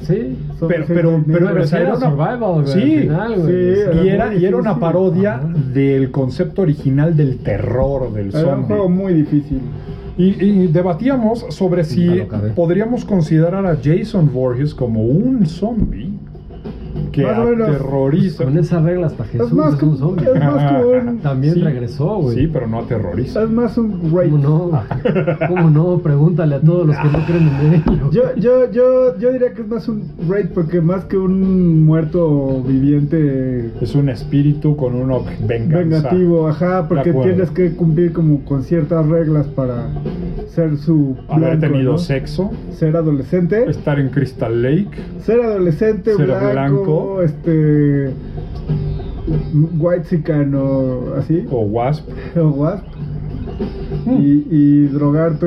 Speaker 4: Sí.
Speaker 2: Pero- pero-
Speaker 4: Pero,
Speaker 2: o
Speaker 4: sí
Speaker 2: sea,
Speaker 4: era
Speaker 2: era una-
Speaker 4: survival, güey.
Speaker 2: Sí,
Speaker 4: al final, güey.
Speaker 1: sí,
Speaker 4: O sea,
Speaker 2: y era, y era una
Speaker 1: difícil.
Speaker 2: parodia
Speaker 4: Ajá.
Speaker 2: del concepto original del terror, del
Speaker 1: Era un
Speaker 2: zombie.
Speaker 1: juego muy difícil.
Speaker 2: Y, y debatíamos sobre
Speaker 3: Ya
Speaker 2: si
Speaker 3: lo acabé.
Speaker 2: podríamos considerar a Jason Voorhees como un zombie que
Speaker 1: Más o menos.
Speaker 2: aterroriza. Ah,
Speaker 4: Con esas reglas hasta Jesús
Speaker 1: es más
Speaker 4: es
Speaker 1: como,
Speaker 4: un zombie.
Speaker 1: es más como un,
Speaker 4: También
Speaker 2: Sí.
Speaker 4: regresó, güey.
Speaker 2: Sí, pero no aterroriza.
Speaker 1: es más un rape.
Speaker 4: ¿Cómo no?
Speaker 2: [LAUGHS]
Speaker 4: ¿Cómo no? Pregúntale a todos los que no creen en ello.
Speaker 1: [LAUGHS] Yo, yo, yo, yo diría que es más un rape porque más que un muerto viviente
Speaker 2: Es un espíritu con una venganza.
Speaker 1: vengativo, ajá, porque
Speaker 2: acuerdo.
Speaker 1: tienes que cumplir como con ciertas reglas para ser su
Speaker 2: Haber
Speaker 1: blanco,
Speaker 2: tenido
Speaker 1: ¿no?
Speaker 2: sexo,
Speaker 1: ser adolescente,
Speaker 2: estar en Crystal Lake,
Speaker 1: ser adolescente,
Speaker 2: ser
Speaker 1: blanco,
Speaker 2: blanco.
Speaker 1: este white o así
Speaker 2: o Wasp,
Speaker 1: o wasp
Speaker 2: Mm.
Speaker 1: y, y drogarte,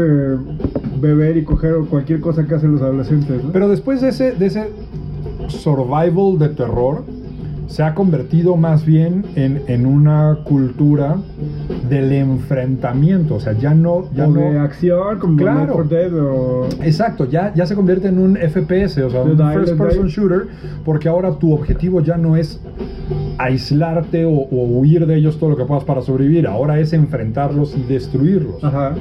Speaker 1: beber y coger o cualquier cosa que hacen los adolescentes, ¿no?
Speaker 2: Pero después de ese, de ese survival de terror, se ha convertido más bien en, en una cultura del enfrentamiento. O sea, ya no. Ya
Speaker 1: o de
Speaker 2: no
Speaker 1: acción como
Speaker 2: Claro.
Speaker 1: Left 4 Dead o
Speaker 2: Exacto, ya, ya se convierte en un FPS, o sea,
Speaker 1: The
Speaker 2: un
Speaker 1: Dying
Speaker 2: first person
Speaker 1: Light.
Speaker 2: shooter, porque ahora tu objetivo ya no es aislarte o, o huir de ellos todo lo que puedas para sobrevivir, ahora es enfrentarlos y destruirlos.
Speaker 1: ajá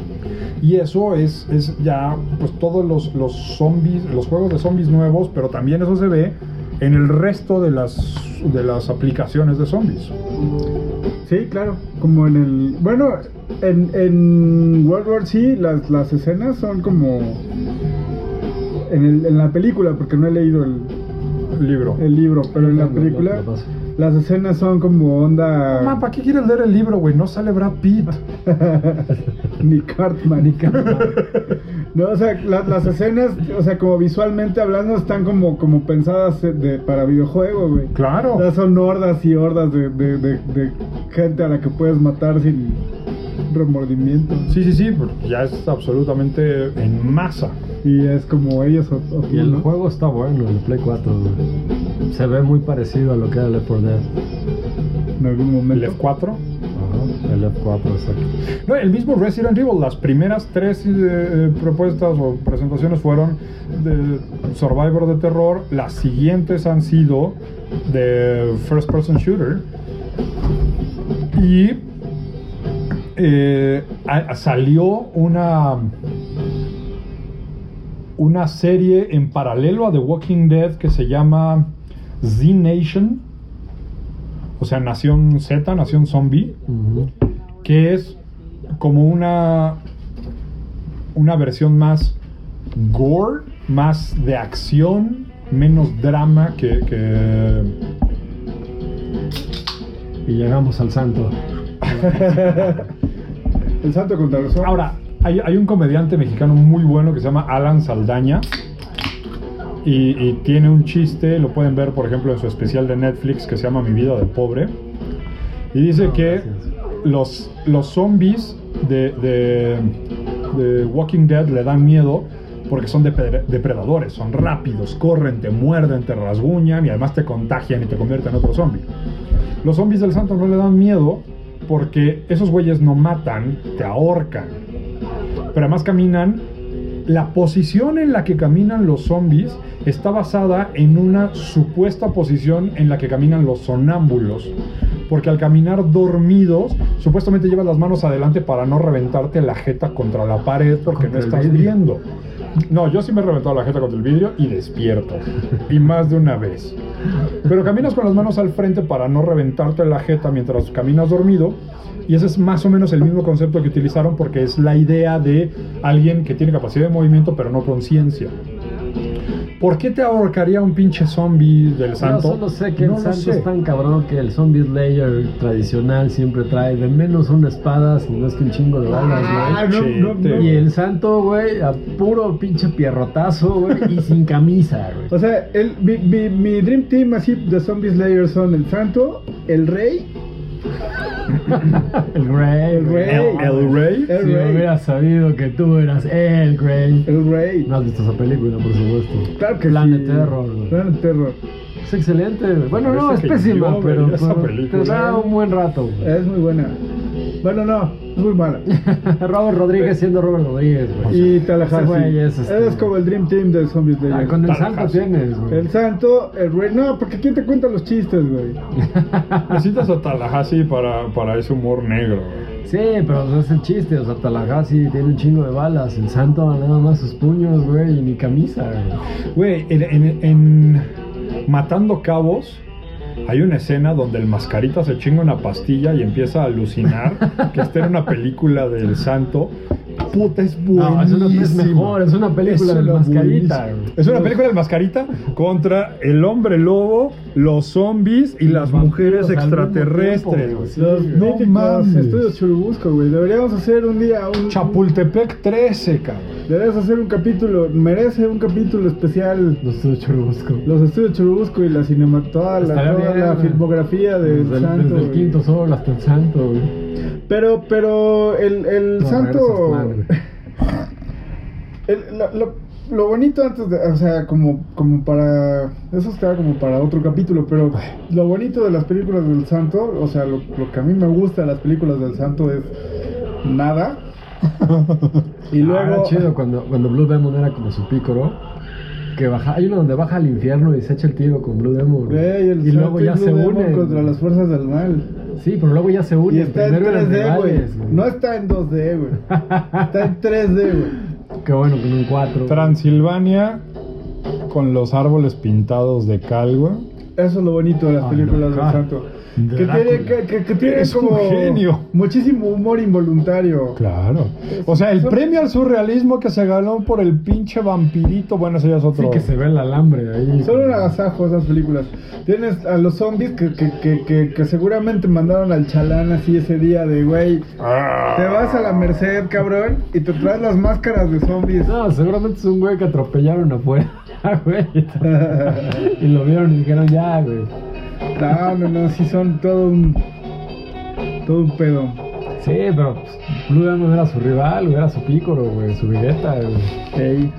Speaker 2: Y eso es, es ya, pues todos los, los zombies, los juegos de zombies nuevos, pero también eso se ve en el resto de las, de las aplicaciones de zombies.
Speaker 1: Sí, claro, como en el... Bueno, en, en World War sí las, las escenas son como... En, el- en la película, porque no he leído el,
Speaker 2: Libro.
Speaker 1: el libro, pero en la
Speaker 4: Lo- lo-
Speaker 1: película
Speaker 4: lo paso.
Speaker 1: las escenas son como
Speaker 2: No, ma,
Speaker 1: onda...
Speaker 2: ¿para qué quieres leer el libro, güey? No sale Brad Pitt.
Speaker 1: Ni Cartman. [LAUGHS] No, o sea, la- las escenas, o sea, como visualmente hablando, están como, como pensadas de, de- para videojuego, güey.
Speaker 2: Claro.
Speaker 1: O sea, son hordas y hordas de, de- de- de gente a la que puedes matar sin remordimiento.
Speaker 2: Sí, sí, sí, pues, ya es absolutamente en masa.
Speaker 1: Y es como ellos o, o tú,
Speaker 4: Y el
Speaker 1: ¿no?
Speaker 4: juego está bueno, el Play 4. güey. Se ve muy parecido a lo que era el F4 Dead.
Speaker 1: en algún
Speaker 2: El
Speaker 1: momento.
Speaker 2: F4.
Speaker 4: Ajá, el F4, exacto.
Speaker 2: No, el mismo Resident Evil, las primeras tres eh, propuestas o presentaciones fueron de Survivor de terror, las siguientes han sido de First Person Shooter y eh, a- salió una una serie en paralelo a The Walking Dead que se llama Z Nation, o sea, Nación Z, Nación Zombie
Speaker 4: Ujú.
Speaker 2: que es como una una versión más gore, más de acción, menos drama que, que-
Speaker 4: Y llegamos al santo.
Speaker 1: El santo contra los hombres.
Speaker 2: Ahora, hay, hay un comediante mexicano muy bueno que se llama Alan Saldaña y, y tiene un chiste, lo pueden ver por ejemplo en su especial de Netflix que se llama Mi vida de pobre y dice
Speaker 4: No,
Speaker 2: que
Speaker 4: gracias.
Speaker 2: los, los zombies de, de- de Walking Dead le dan miedo porque son depre- depredadores, son rápidos, corren, te muerden, te rasguñan y además te contagian y te convierten en otro zombie. Los zombies del santo no le dan miedo porque esos güeyes no matan, te ahorcan. Pero además caminan la posición en la que caminan los zombies está basada en una supuesta posición en la que caminan los sonámbulos. Porque al caminar dormidos, supuestamente llevas las manos adelante para no reventarte la jeta contra la pared porque no
Speaker 5: Contra el
Speaker 2: estás
Speaker 5: vidrio.
Speaker 2: viendo. No, yo sí me he reventado la jeta contra el vidrio y despierto. Y más de una vez. Pero caminas con las manos al frente para no reventarte la jeta mientras caminas dormido. Y ese es más o menos el mismo concepto que utilizaron porque es la idea de alguien que tiene capacidad de movimiento pero no conciencia. ¿Por qué te ahorcaría un pinche zombie del santo?
Speaker 3: Yo solo sé que
Speaker 2: No lo
Speaker 3: el santo
Speaker 2: sé.
Speaker 3: es tan cabrón que el zombie slayer tradicional siempre trae de menos una espada, si no es que un chingo de balas,
Speaker 2: Ah,
Speaker 3: güey.
Speaker 2: no, no, no.
Speaker 3: Y el santo, güey, a puro pinche pierrotazo, güey, y sin camisa, güey.
Speaker 1: O sea, el, mi, mi, mi Dream Team así de Zombie Slayer son el Santo, el Rey.
Speaker 3: El Grey,
Speaker 1: El
Speaker 3: güey.
Speaker 1: Grey.
Speaker 2: El, el Rey.
Speaker 1: El
Speaker 3: Si
Speaker 1: Grey.
Speaker 3: hubieras sabido que tú eras el Grey.
Speaker 1: El Rey.
Speaker 3: No has visto esa película, por supuesto.
Speaker 1: Claro que
Speaker 3: Planet
Speaker 1: sí.
Speaker 3: Terror, güey.
Speaker 1: Planet Terror.
Speaker 3: Es excelente. güey. Bueno, no, es
Speaker 2: Parece que
Speaker 3: pésima,
Speaker 2: yo
Speaker 3: pero,
Speaker 2: vería esa
Speaker 3: pero
Speaker 2: película.
Speaker 3: te da un buen rato. güey.
Speaker 1: Es muy buena. Bueno, no, es muy
Speaker 3: [LAUGHS]
Speaker 1: mala.
Speaker 3: Robert Rodríguez siendo Robert Rodríguez, güey.
Speaker 1: Y
Speaker 3: Ese
Speaker 1: Tallahassee.
Speaker 3: güey
Speaker 1: Es,
Speaker 3: es, este,
Speaker 1: como el Dream Team de Zombies
Speaker 3: Ah,
Speaker 1: Slayer.
Speaker 3: con el
Speaker 2: Tallahassee.
Speaker 3: santo tienes, güey.
Speaker 1: El Santo, el Rey. No, porque ¿quién te cuenta los chistes, güey?
Speaker 2: Necesitas a Tallahassee para, para ese humor negro. güey.
Speaker 3: Sí, pero o sea, es el chiste, o sea, Tallahassee tiene un chingo de balas, el santo nada más sus puños, güey, y ni camisa, güey.
Speaker 2: Güey, en, en- en Matando Cabos hay una escena donde el mascarita se chinga una pastilla y empieza a
Speaker 3: [LAUGHS]
Speaker 2: alucinar que está en una película del santo. Puta, es buenísima.
Speaker 3: No, es, una, es mejor, es una película
Speaker 2: Es
Speaker 3: del
Speaker 2: una
Speaker 3: mascarita,
Speaker 2: buenísima.
Speaker 3: güey.
Speaker 2: Es una película del mascarita contra el hombre lobo, los zombies y las
Speaker 3: Vampiros
Speaker 2: mujeres
Speaker 3: al mismo
Speaker 2: extraterrestres.
Speaker 3: tiempo,
Speaker 2: güey.
Speaker 3: güey. Sí,
Speaker 1: Los
Speaker 3: güey.
Speaker 2: no
Speaker 1: míticos
Speaker 2: mames.
Speaker 1: estudios Churubusco, güey. Deberíamos hacer un día un.
Speaker 2: Chapultepec 13, cabrón.
Speaker 1: Deberías hacer un capítulo, merece un capítulo especial.
Speaker 3: No estoy churubusco.
Speaker 1: Los estudios Churubusco y la cinema, toda la,
Speaker 3: Estaría
Speaker 1: toda
Speaker 3: bien,
Speaker 1: la
Speaker 3: güey.
Speaker 1: filmografía de
Speaker 3: Desde, el-
Speaker 1: Santo.
Speaker 3: desde el
Speaker 1: güey.
Speaker 3: quinto sol hasta el santo, güey.
Speaker 1: Pero, pero el, el
Speaker 3: No, regresas
Speaker 1: Santo.
Speaker 3: mal, güey.
Speaker 1: el- lo, lo- lo bonito antes de. O sea, como, como para. Eso está como para otro capítulo, pero lo bonito de las películas del Santo, o sea, lo, lo que a mí me gusta de las películas del Santo es nada. y
Speaker 3: Ah,
Speaker 1: luego.
Speaker 3: era chido cuando, cuando Blue Demon era como su pícoro. Que baja, hay uno donde baja al infierno y se echa el tiro con Blue Demon. güey.
Speaker 1: Güey, el
Speaker 3: y
Speaker 1: Santo
Speaker 3: luego ya
Speaker 1: Blue
Speaker 3: se
Speaker 1: Demon
Speaker 3: unen.
Speaker 1: contra las fuerzas del mal.
Speaker 3: Sí, pero luego ya se
Speaker 1: Y
Speaker 3: unen.
Speaker 1: está en
Speaker 3: Primero eran
Speaker 1: 3D, güey.
Speaker 3: rivales, güey.
Speaker 1: No está en 2D, güey. Está en 3D, güey.
Speaker 3: Qué bueno, con un 4.
Speaker 2: Transilvania con los árboles pintados de cal, güey.
Speaker 1: Eso es lo bonito de las
Speaker 3: Ah,
Speaker 1: películas
Speaker 3: no,
Speaker 1: del
Speaker 3: claro.
Speaker 1: santo. Que
Speaker 3: Drácula.
Speaker 1: tiene, que, que- que tiene
Speaker 2: Eres un
Speaker 1: como
Speaker 2: genio.
Speaker 1: muchísimo humor involuntario.
Speaker 2: Claro. O sea, el premio al surrealismo que se ganó por el pinche vampirito, bueno, eso ya es
Speaker 3: Sí,
Speaker 2: otro.
Speaker 3: que se ve el alambre ahí.
Speaker 1: Son un agasajo esas películas. Tienes a los zombies que, que, que, que, que seguramente mandaron al chalán así ese día de, güey,
Speaker 2: Ah.
Speaker 1: te vas a la Merced, cabrón, y te traes las máscaras de zombies. [LAUGHS]
Speaker 3: No, seguramente es un güey que atropellaron afuera, [LAUGHS] güey. y lo vieron y dijeron, ya, güey.
Speaker 1: No, no, no, sí son todo un... Todo un pedo.
Speaker 3: Sí, pero pues, Blue Demon era su rival, güey, era su pícoro, güey, su vegeta, güey.
Speaker 1: Ey.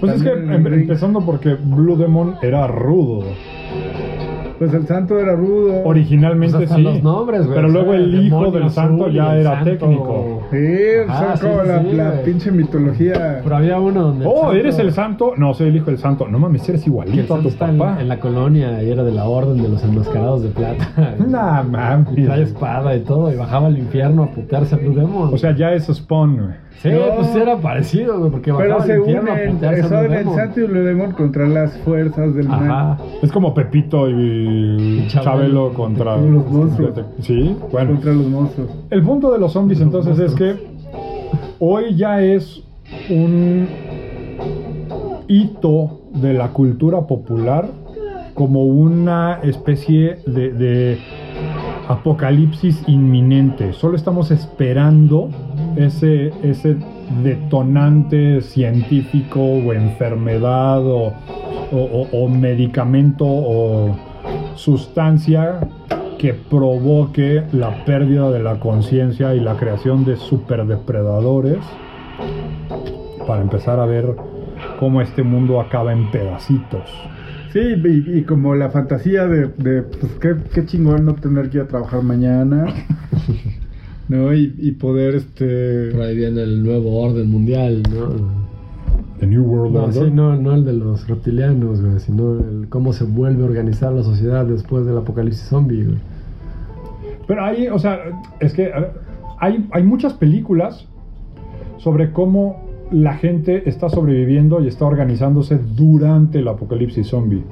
Speaker 2: Pues es que
Speaker 1: También
Speaker 2: em-
Speaker 1: en el
Speaker 2: empezando porque Blue Demon era rudo.
Speaker 1: Pues el santo era rudo.
Speaker 2: Originalmente
Speaker 3: Pues hasta
Speaker 2: sí.
Speaker 3: los nombres, güey.
Speaker 2: Pero
Speaker 3: O sea,
Speaker 2: luego el
Speaker 3: demonio
Speaker 2: hijo del
Speaker 3: azul
Speaker 2: santo
Speaker 3: y
Speaker 2: ya
Speaker 3: el
Speaker 2: era
Speaker 3: santo.
Speaker 2: técnico.
Speaker 1: Sí,
Speaker 3: Ah,
Speaker 1: son como
Speaker 3: sí,
Speaker 1: la,
Speaker 3: sí,
Speaker 1: la
Speaker 3: güey.
Speaker 1: pinche mitología.
Speaker 3: Pero había uno donde. el
Speaker 2: Oh,
Speaker 3: santo-
Speaker 2: eres el santo. No, soy el hijo del santo. No mames, eres
Speaker 3: que el
Speaker 2: igualito a
Speaker 3: santo
Speaker 2: tu
Speaker 3: está en,
Speaker 2: papá.
Speaker 3: en la colonia y era de la orden de los enmascarados de plata.
Speaker 2: [LAUGHS]
Speaker 3: güey.
Speaker 2: Nah,
Speaker 3: Y trae
Speaker 2: mames.
Speaker 3: espada y todo, y bajaba al infierno a putearse a Blue Demon.
Speaker 2: O sea, ya es Spawn, güey.
Speaker 3: sí,
Speaker 1: no.
Speaker 3: pues era parecido, güey, porque
Speaker 1: Pero
Speaker 3: bajaba
Speaker 1: se
Speaker 3: al infierno a
Speaker 1: unen,
Speaker 3: putearse a Blue
Speaker 1: son el
Speaker 3: Demon.
Speaker 1: santo y el demon contra las fuerzas del mal.
Speaker 3: Ajá.
Speaker 2: Es como Pepito y,
Speaker 3: Y
Speaker 2: Chabelo
Speaker 3: Chabelo
Speaker 2: contra
Speaker 1: los monstruos.
Speaker 2: Sí, bueno.
Speaker 1: Contra los monstruos.
Speaker 2: El punto de los zombies entonces es que hoy ya es un hito de la cultura popular como una especie de, de apocalipsis inminente. Solo estamos esperando ese, ese detonante científico o enfermedad o, o- o- o medicamento o sustancia que provoque la pérdida de la conciencia y la creación de superdepredadores para empezar a ver cómo este mundo acaba en pedacitos.
Speaker 1: Sí, y, y como la fantasía de, de, pues qué, qué chingón no tener que ir a trabajar
Speaker 2: [LAUGHS]
Speaker 1: mañana. ¿No? Y, y poder, este.
Speaker 3: Por ahí viene el nuevo orden mundial, ¿no?
Speaker 2: The New World
Speaker 3: No,
Speaker 2: Order.
Speaker 3: sí, no, no el de los reptilianos, güey, sino el cómo se vuelve a organizar la sociedad después del apocalipsis zombie, güey.
Speaker 2: Pero hay, o sea, es que a ver, hay, hay muchas películas sobre cómo la gente está sobreviviendo y está organizándose durante el apocalipsis zombie.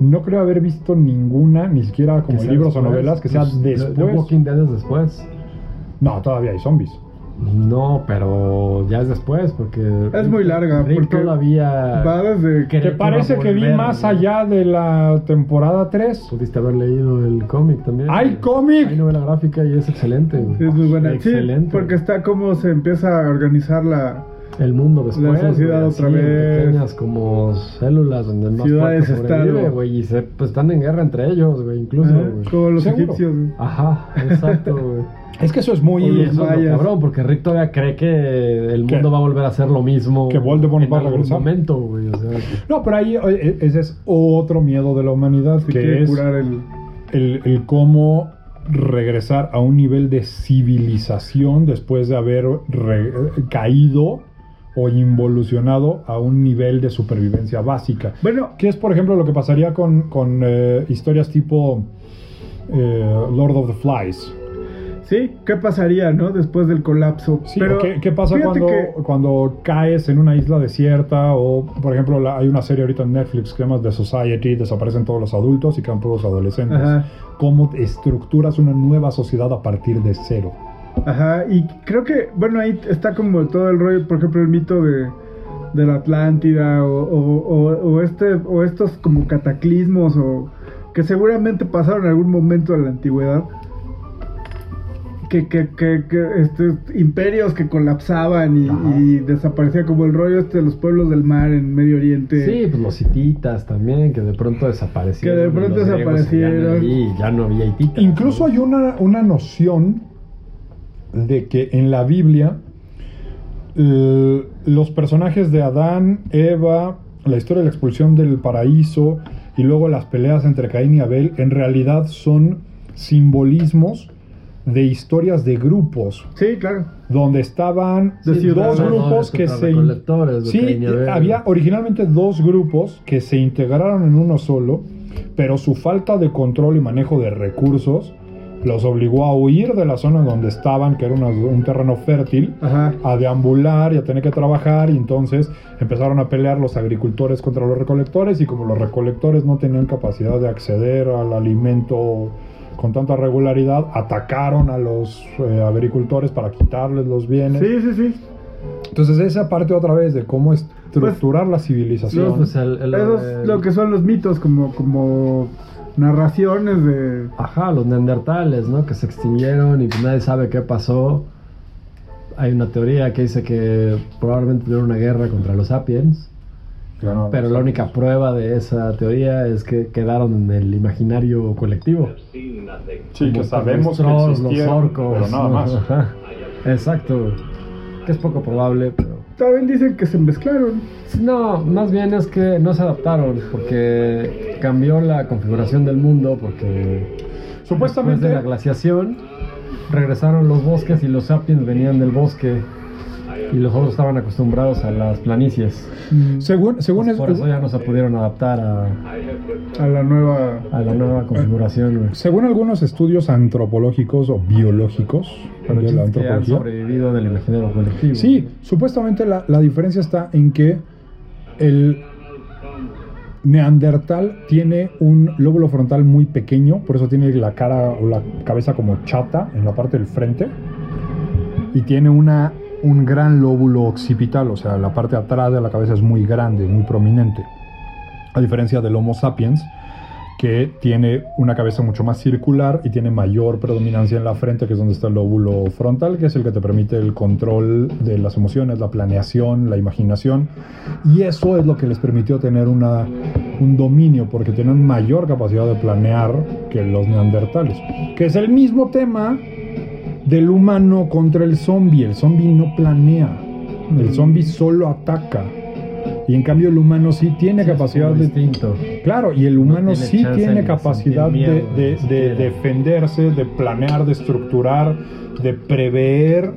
Speaker 2: No creo haber visto ninguna, ni siquiera como
Speaker 3: Que sea
Speaker 2: libros o
Speaker 3: después.
Speaker 2: novelas, que sea
Speaker 3: Pues, The-
Speaker 2: después.
Speaker 3: The Walking Dead es después.
Speaker 2: No, todavía hay zombies.
Speaker 3: No, pero ya es después, porque.
Speaker 1: Es muy larga,
Speaker 3: Rick
Speaker 1: porque
Speaker 3: todavía.
Speaker 1: Va desde
Speaker 3: Creo
Speaker 2: Que
Speaker 3: que
Speaker 2: parece
Speaker 3: va a
Speaker 2: que vi
Speaker 3: volver,
Speaker 2: más
Speaker 3: ¿no? Pues,
Speaker 2: allá de la temporada 3.
Speaker 3: Pudiste haber leído el cómic también.
Speaker 2: ¡Hay
Speaker 3: Hay
Speaker 2: cómic!
Speaker 3: novela gráfica y es excelente. güey.
Speaker 1: Es muy buena. Sí,
Speaker 3: Excelente.
Speaker 1: porque está como se empieza a organizar la
Speaker 3: El mundo después.
Speaker 1: La sociedad
Speaker 3: güey,
Speaker 1: otra
Speaker 3: así,
Speaker 1: vez.
Speaker 3: Pequeñas como células donde el más
Speaker 1: Ciudades,
Speaker 3: fuerte sobrevive,
Speaker 1: estado.
Speaker 3: güey. Y se, pues, están en guerra entre ellos, güey, incluso,
Speaker 1: ¿eh?
Speaker 3: güey.
Speaker 1: como los
Speaker 2: Seguro. Ah,
Speaker 1: egipcios. güey.
Speaker 3: Ajá,
Speaker 1: [LAUGHS]
Speaker 3: exacto, güey.
Speaker 2: Es que eso es
Speaker 1: Por
Speaker 3: Y
Speaker 1: los
Speaker 2: muy...
Speaker 3: eso es lo
Speaker 1: mayas.
Speaker 3: cabrón, porque Rick todavía cree que el
Speaker 2: Que-
Speaker 3: mundo va a volver a ser lo mismo.
Speaker 2: que Voldemort
Speaker 3: en
Speaker 2: va a
Speaker 3: algún
Speaker 2: regresar.
Speaker 3: momento, güey. O sea, que-
Speaker 2: No, pero ahí eh, ese es otro miedo de la humanidad,
Speaker 1: Se
Speaker 2: que
Speaker 1: quiere
Speaker 2: es
Speaker 1: curar el.
Speaker 2: el, el cómo regresar a un nivel de civilización después de haber re- caído o involucionado a un nivel de supervivencia básica.
Speaker 1: Bueno,
Speaker 2: Que es, por ejemplo, lo que pasaría con, con, eh, historias tipo eh, Lord of the Flies.
Speaker 1: sí, ¿qué pasaría, no? Después del colapso.
Speaker 2: Sí,
Speaker 1: Pero,
Speaker 2: ¿o ¿qué, qué pasa
Speaker 1: fíjate
Speaker 2: cuando,
Speaker 1: que-
Speaker 2: cuando caes en una isla desierta? O, por ejemplo, la- hay una serie ahorita en Netflix que se llama The Society, desaparecen todos los adultos y quedan puros adolescentes.
Speaker 1: Ajá.
Speaker 2: ¿Cómo te estructuras una nueva sociedad a partir de cero?
Speaker 1: Ajá, y creo que, bueno, ahí está como todo el rollo, por ejemplo, el mito de, de la Atlántida o, o- o- o este, o estos como cataclismos o que seguramente pasaron en algún momento de la antigüedad. Que, que, que, que, este, imperios que colapsaban y,
Speaker 3: Ajá.
Speaker 1: y desaparecía como el rollo este de los pueblos del mar en Medio Oriente.
Speaker 3: Sí, pues los hititas también, que de pronto desaparecieron.
Speaker 1: Que de pronto
Speaker 3: y los griegos
Speaker 1: desaparecieron.
Speaker 3: se llaman ahí, Y ya no había hititas.
Speaker 2: Incluso hay una, una noción de que en la Biblia eh, los personajes de Adán, Eva, la historia de la expulsión del paraíso y luego las peleas entre Caín y Abel en realidad son simbolismos de historias de grupos
Speaker 1: Sí, claro.
Speaker 2: donde estaban
Speaker 1: De
Speaker 2: dos
Speaker 1: ciudades,
Speaker 2: grupos
Speaker 3: este,
Speaker 2: que se in- Sí, había originalmente dos grupos que se integraron en uno solo, pero su falta de control y manejo de recursos los obligó a huir de la zona donde estaban, que era una- un terreno fértil,
Speaker 1: Ajá.
Speaker 2: a deambular y a tener que trabajar, y entonces empezaron a pelear los agricultores contra los recolectores, y como los recolectores no tenían capacidad de acceder al alimento con tanta regularidad, atacaron a los eh, agricultores para quitarles los bienes.
Speaker 1: Sí, sí, sí.
Speaker 2: Entonces esa parte otra vez de cómo estructurar la civilización.
Speaker 3: pues el, el-
Speaker 1: Eso es
Speaker 3: el-
Speaker 1: lo que son los mitos, como, como narraciones de.
Speaker 3: Ajá, los neandertales, ¿no? Que se extinguieron y que nadie sabe qué pasó. Hay una teoría que dice que probablemente tuvieron una guerra contra los sapiens.
Speaker 2: Ya no-
Speaker 3: Pero la única prueba de esa teoría es que quedaron en el imaginario colectivo.
Speaker 2: sí, que
Speaker 3: Como
Speaker 2: sabemos
Speaker 3: los trolls,
Speaker 2: que
Speaker 3: los
Speaker 2: existieron,
Speaker 3: orcos.
Speaker 2: pero nada
Speaker 3: ¿no?
Speaker 2: más.
Speaker 3: Ajá. [LAUGHS] Exacto. Que es poco probable, pero.
Speaker 1: También dicen que se mezclaron.
Speaker 3: No, más bien es que no se adaptaron porque cambió la configuración del mundo porque después de
Speaker 2: Supuestamente
Speaker 3: la glaciación regresaron los bosques y los sapiens venían del bosque y los otros estaban acostumbrados a las planicies.
Speaker 2: según según es-
Speaker 3: Por eso ya no se pudieron adaptar a,
Speaker 1: a la nueva.
Speaker 3: a la nueva configuración. güey.
Speaker 2: según algunos estudios antropológicos o biológicos
Speaker 3: Pero
Speaker 2: de la
Speaker 3: chistes que han
Speaker 2: antropología.
Speaker 3: sobrevivido del imaginario colectivo.
Speaker 2: Sí, supuestamente la, la diferencia está en que el neandertal tiene un lóbulo frontal muy pequeño, por eso tiene la cara o la cabeza como chata en la parte del frente y tiene una, un gran lóbulo occipital, o sea, la parte de atrás de la cabeza es muy grande, muy prominente, a diferencia del Homo sapiens que tiene una cabeza mucho más circular y tiene mayor predominancia en la frente, que es donde está el lóbulo frontal, que es el que te permite el control de las emociones, la planeación, la imaginación. Y eso es lo que les permitió tener una, un dominio, porque tienen mayor capacidad de planear que los neandertales. Que es el mismo tema del humano contra el zombie. El zombie no planea,
Speaker 3: Mm.
Speaker 2: el zombie solo ataca. Y en cambio el humano sí tiene
Speaker 3: Sí, es
Speaker 2: capacidad
Speaker 3: como
Speaker 2: de
Speaker 3: distinto.
Speaker 2: Claro, y el humano
Speaker 3: tiene
Speaker 2: sí
Speaker 3: chance ni
Speaker 2: tiene
Speaker 3: de
Speaker 2: capacidad
Speaker 3: sentir
Speaker 2: de,
Speaker 3: miedo,
Speaker 2: de-
Speaker 3: ni
Speaker 2: de
Speaker 3: siquiera.
Speaker 2: defenderse, de planear, de estructurar, de prever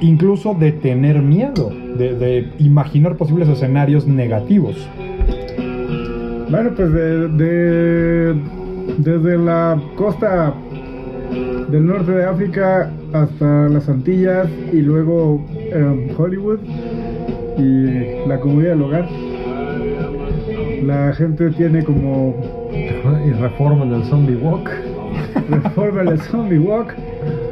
Speaker 2: incluso de tener miedo, de, de imaginar posibles escenarios negativos.
Speaker 1: Bueno, pues de, de- desde la costa del norte de África hasta las Antillas y luego em, Hollywood y la comunidad del hogar. La gente tiene como
Speaker 3: Y reforman el zombie walk.
Speaker 1: reforma el Zombie Walk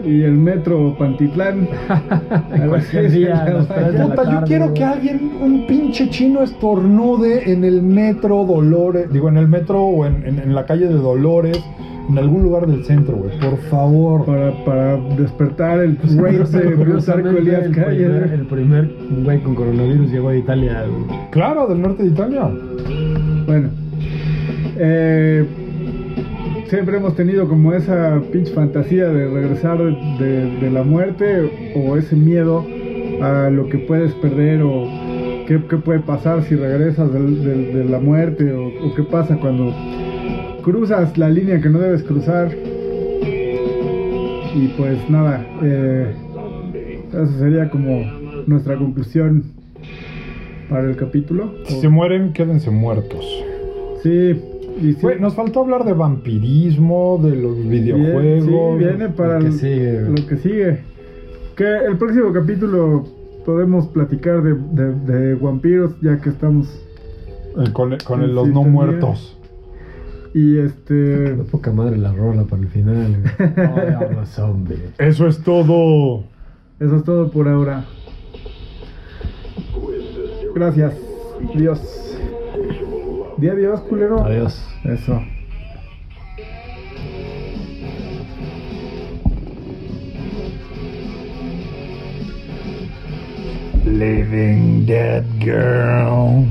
Speaker 1: y el metro Pantitlán. A las
Speaker 3: [LAUGHS] Cualquier
Speaker 1: seis de
Speaker 3: día,
Speaker 1: la
Speaker 3: a las tres de la
Speaker 1: mañana.
Speaker 2: Puta, yo
Speaker 3: tarde,
Speaker 2: quiero
Speaker 3: güey.
Speaker 2: que alguien, un pinche chino, estornude en el metro Dolores. Digo, en el metro o en, en- en la calle de Dolores, en algún lugar del centro, güey. Por favor.
Speaker 1: Para, para despertar
Speaker 3: [LAUGHS]
Speaker 1: el rave de Plutarco Elías
Speaker 3: el,
Speaker 1: Calles.
Speaker 3: primer, el primer güey con coronavirus llegó de Italia. güey.
Speaker 2: Claro, del norte de Italia.
Speaker 1: Bueno, eh, siempre hemos tenido como esa pinche fantasía de regresar de, de- de la muerte o ese miedo a lo que puedes perder o qué, qué puede pasar si regresas del- del- de, la muerte o, o qué pasa cuando cruzas la línea que no debes cruzar. Y pues nada, eh, esa sería como nuestra conclusión para el capítulo.
Speaker 2: Si se mueren, quédense muertos.
Speaker 1: Sí, y sí.
Speaker 2: Güey, nos faltó hablar de vampirismo, de los
Speaker 1: Bien,
Speaker 2: videojuegos.
Speaker 1: sí, viene para
Speaker 3: que
Speaker 1: el-
Speaker 3: sigue, güey.
Speaker 1: lo que sigue. Que el próximo capítulo podemos platicar de, de- de vampiros, ya que estamos.
Speaker 2: Eh, Con, con el- los
Speaker 1: Sí,
Speaker 2: no
Speaker 1: también.
Speaker 2: muertos.
Speaker 1: Y este.
Speaker 3: De poca madre la rola para el final. güey. Oh, diablo, zombie.
Speaker 2: Eso es todo.
Speaker 1: Eso es todo por ahora. Gracias. Dios. Di adiós, culero.
Speaker 3: Adiós.
Speaker 1: Eso.
Speaker 2: Living Dead Girl.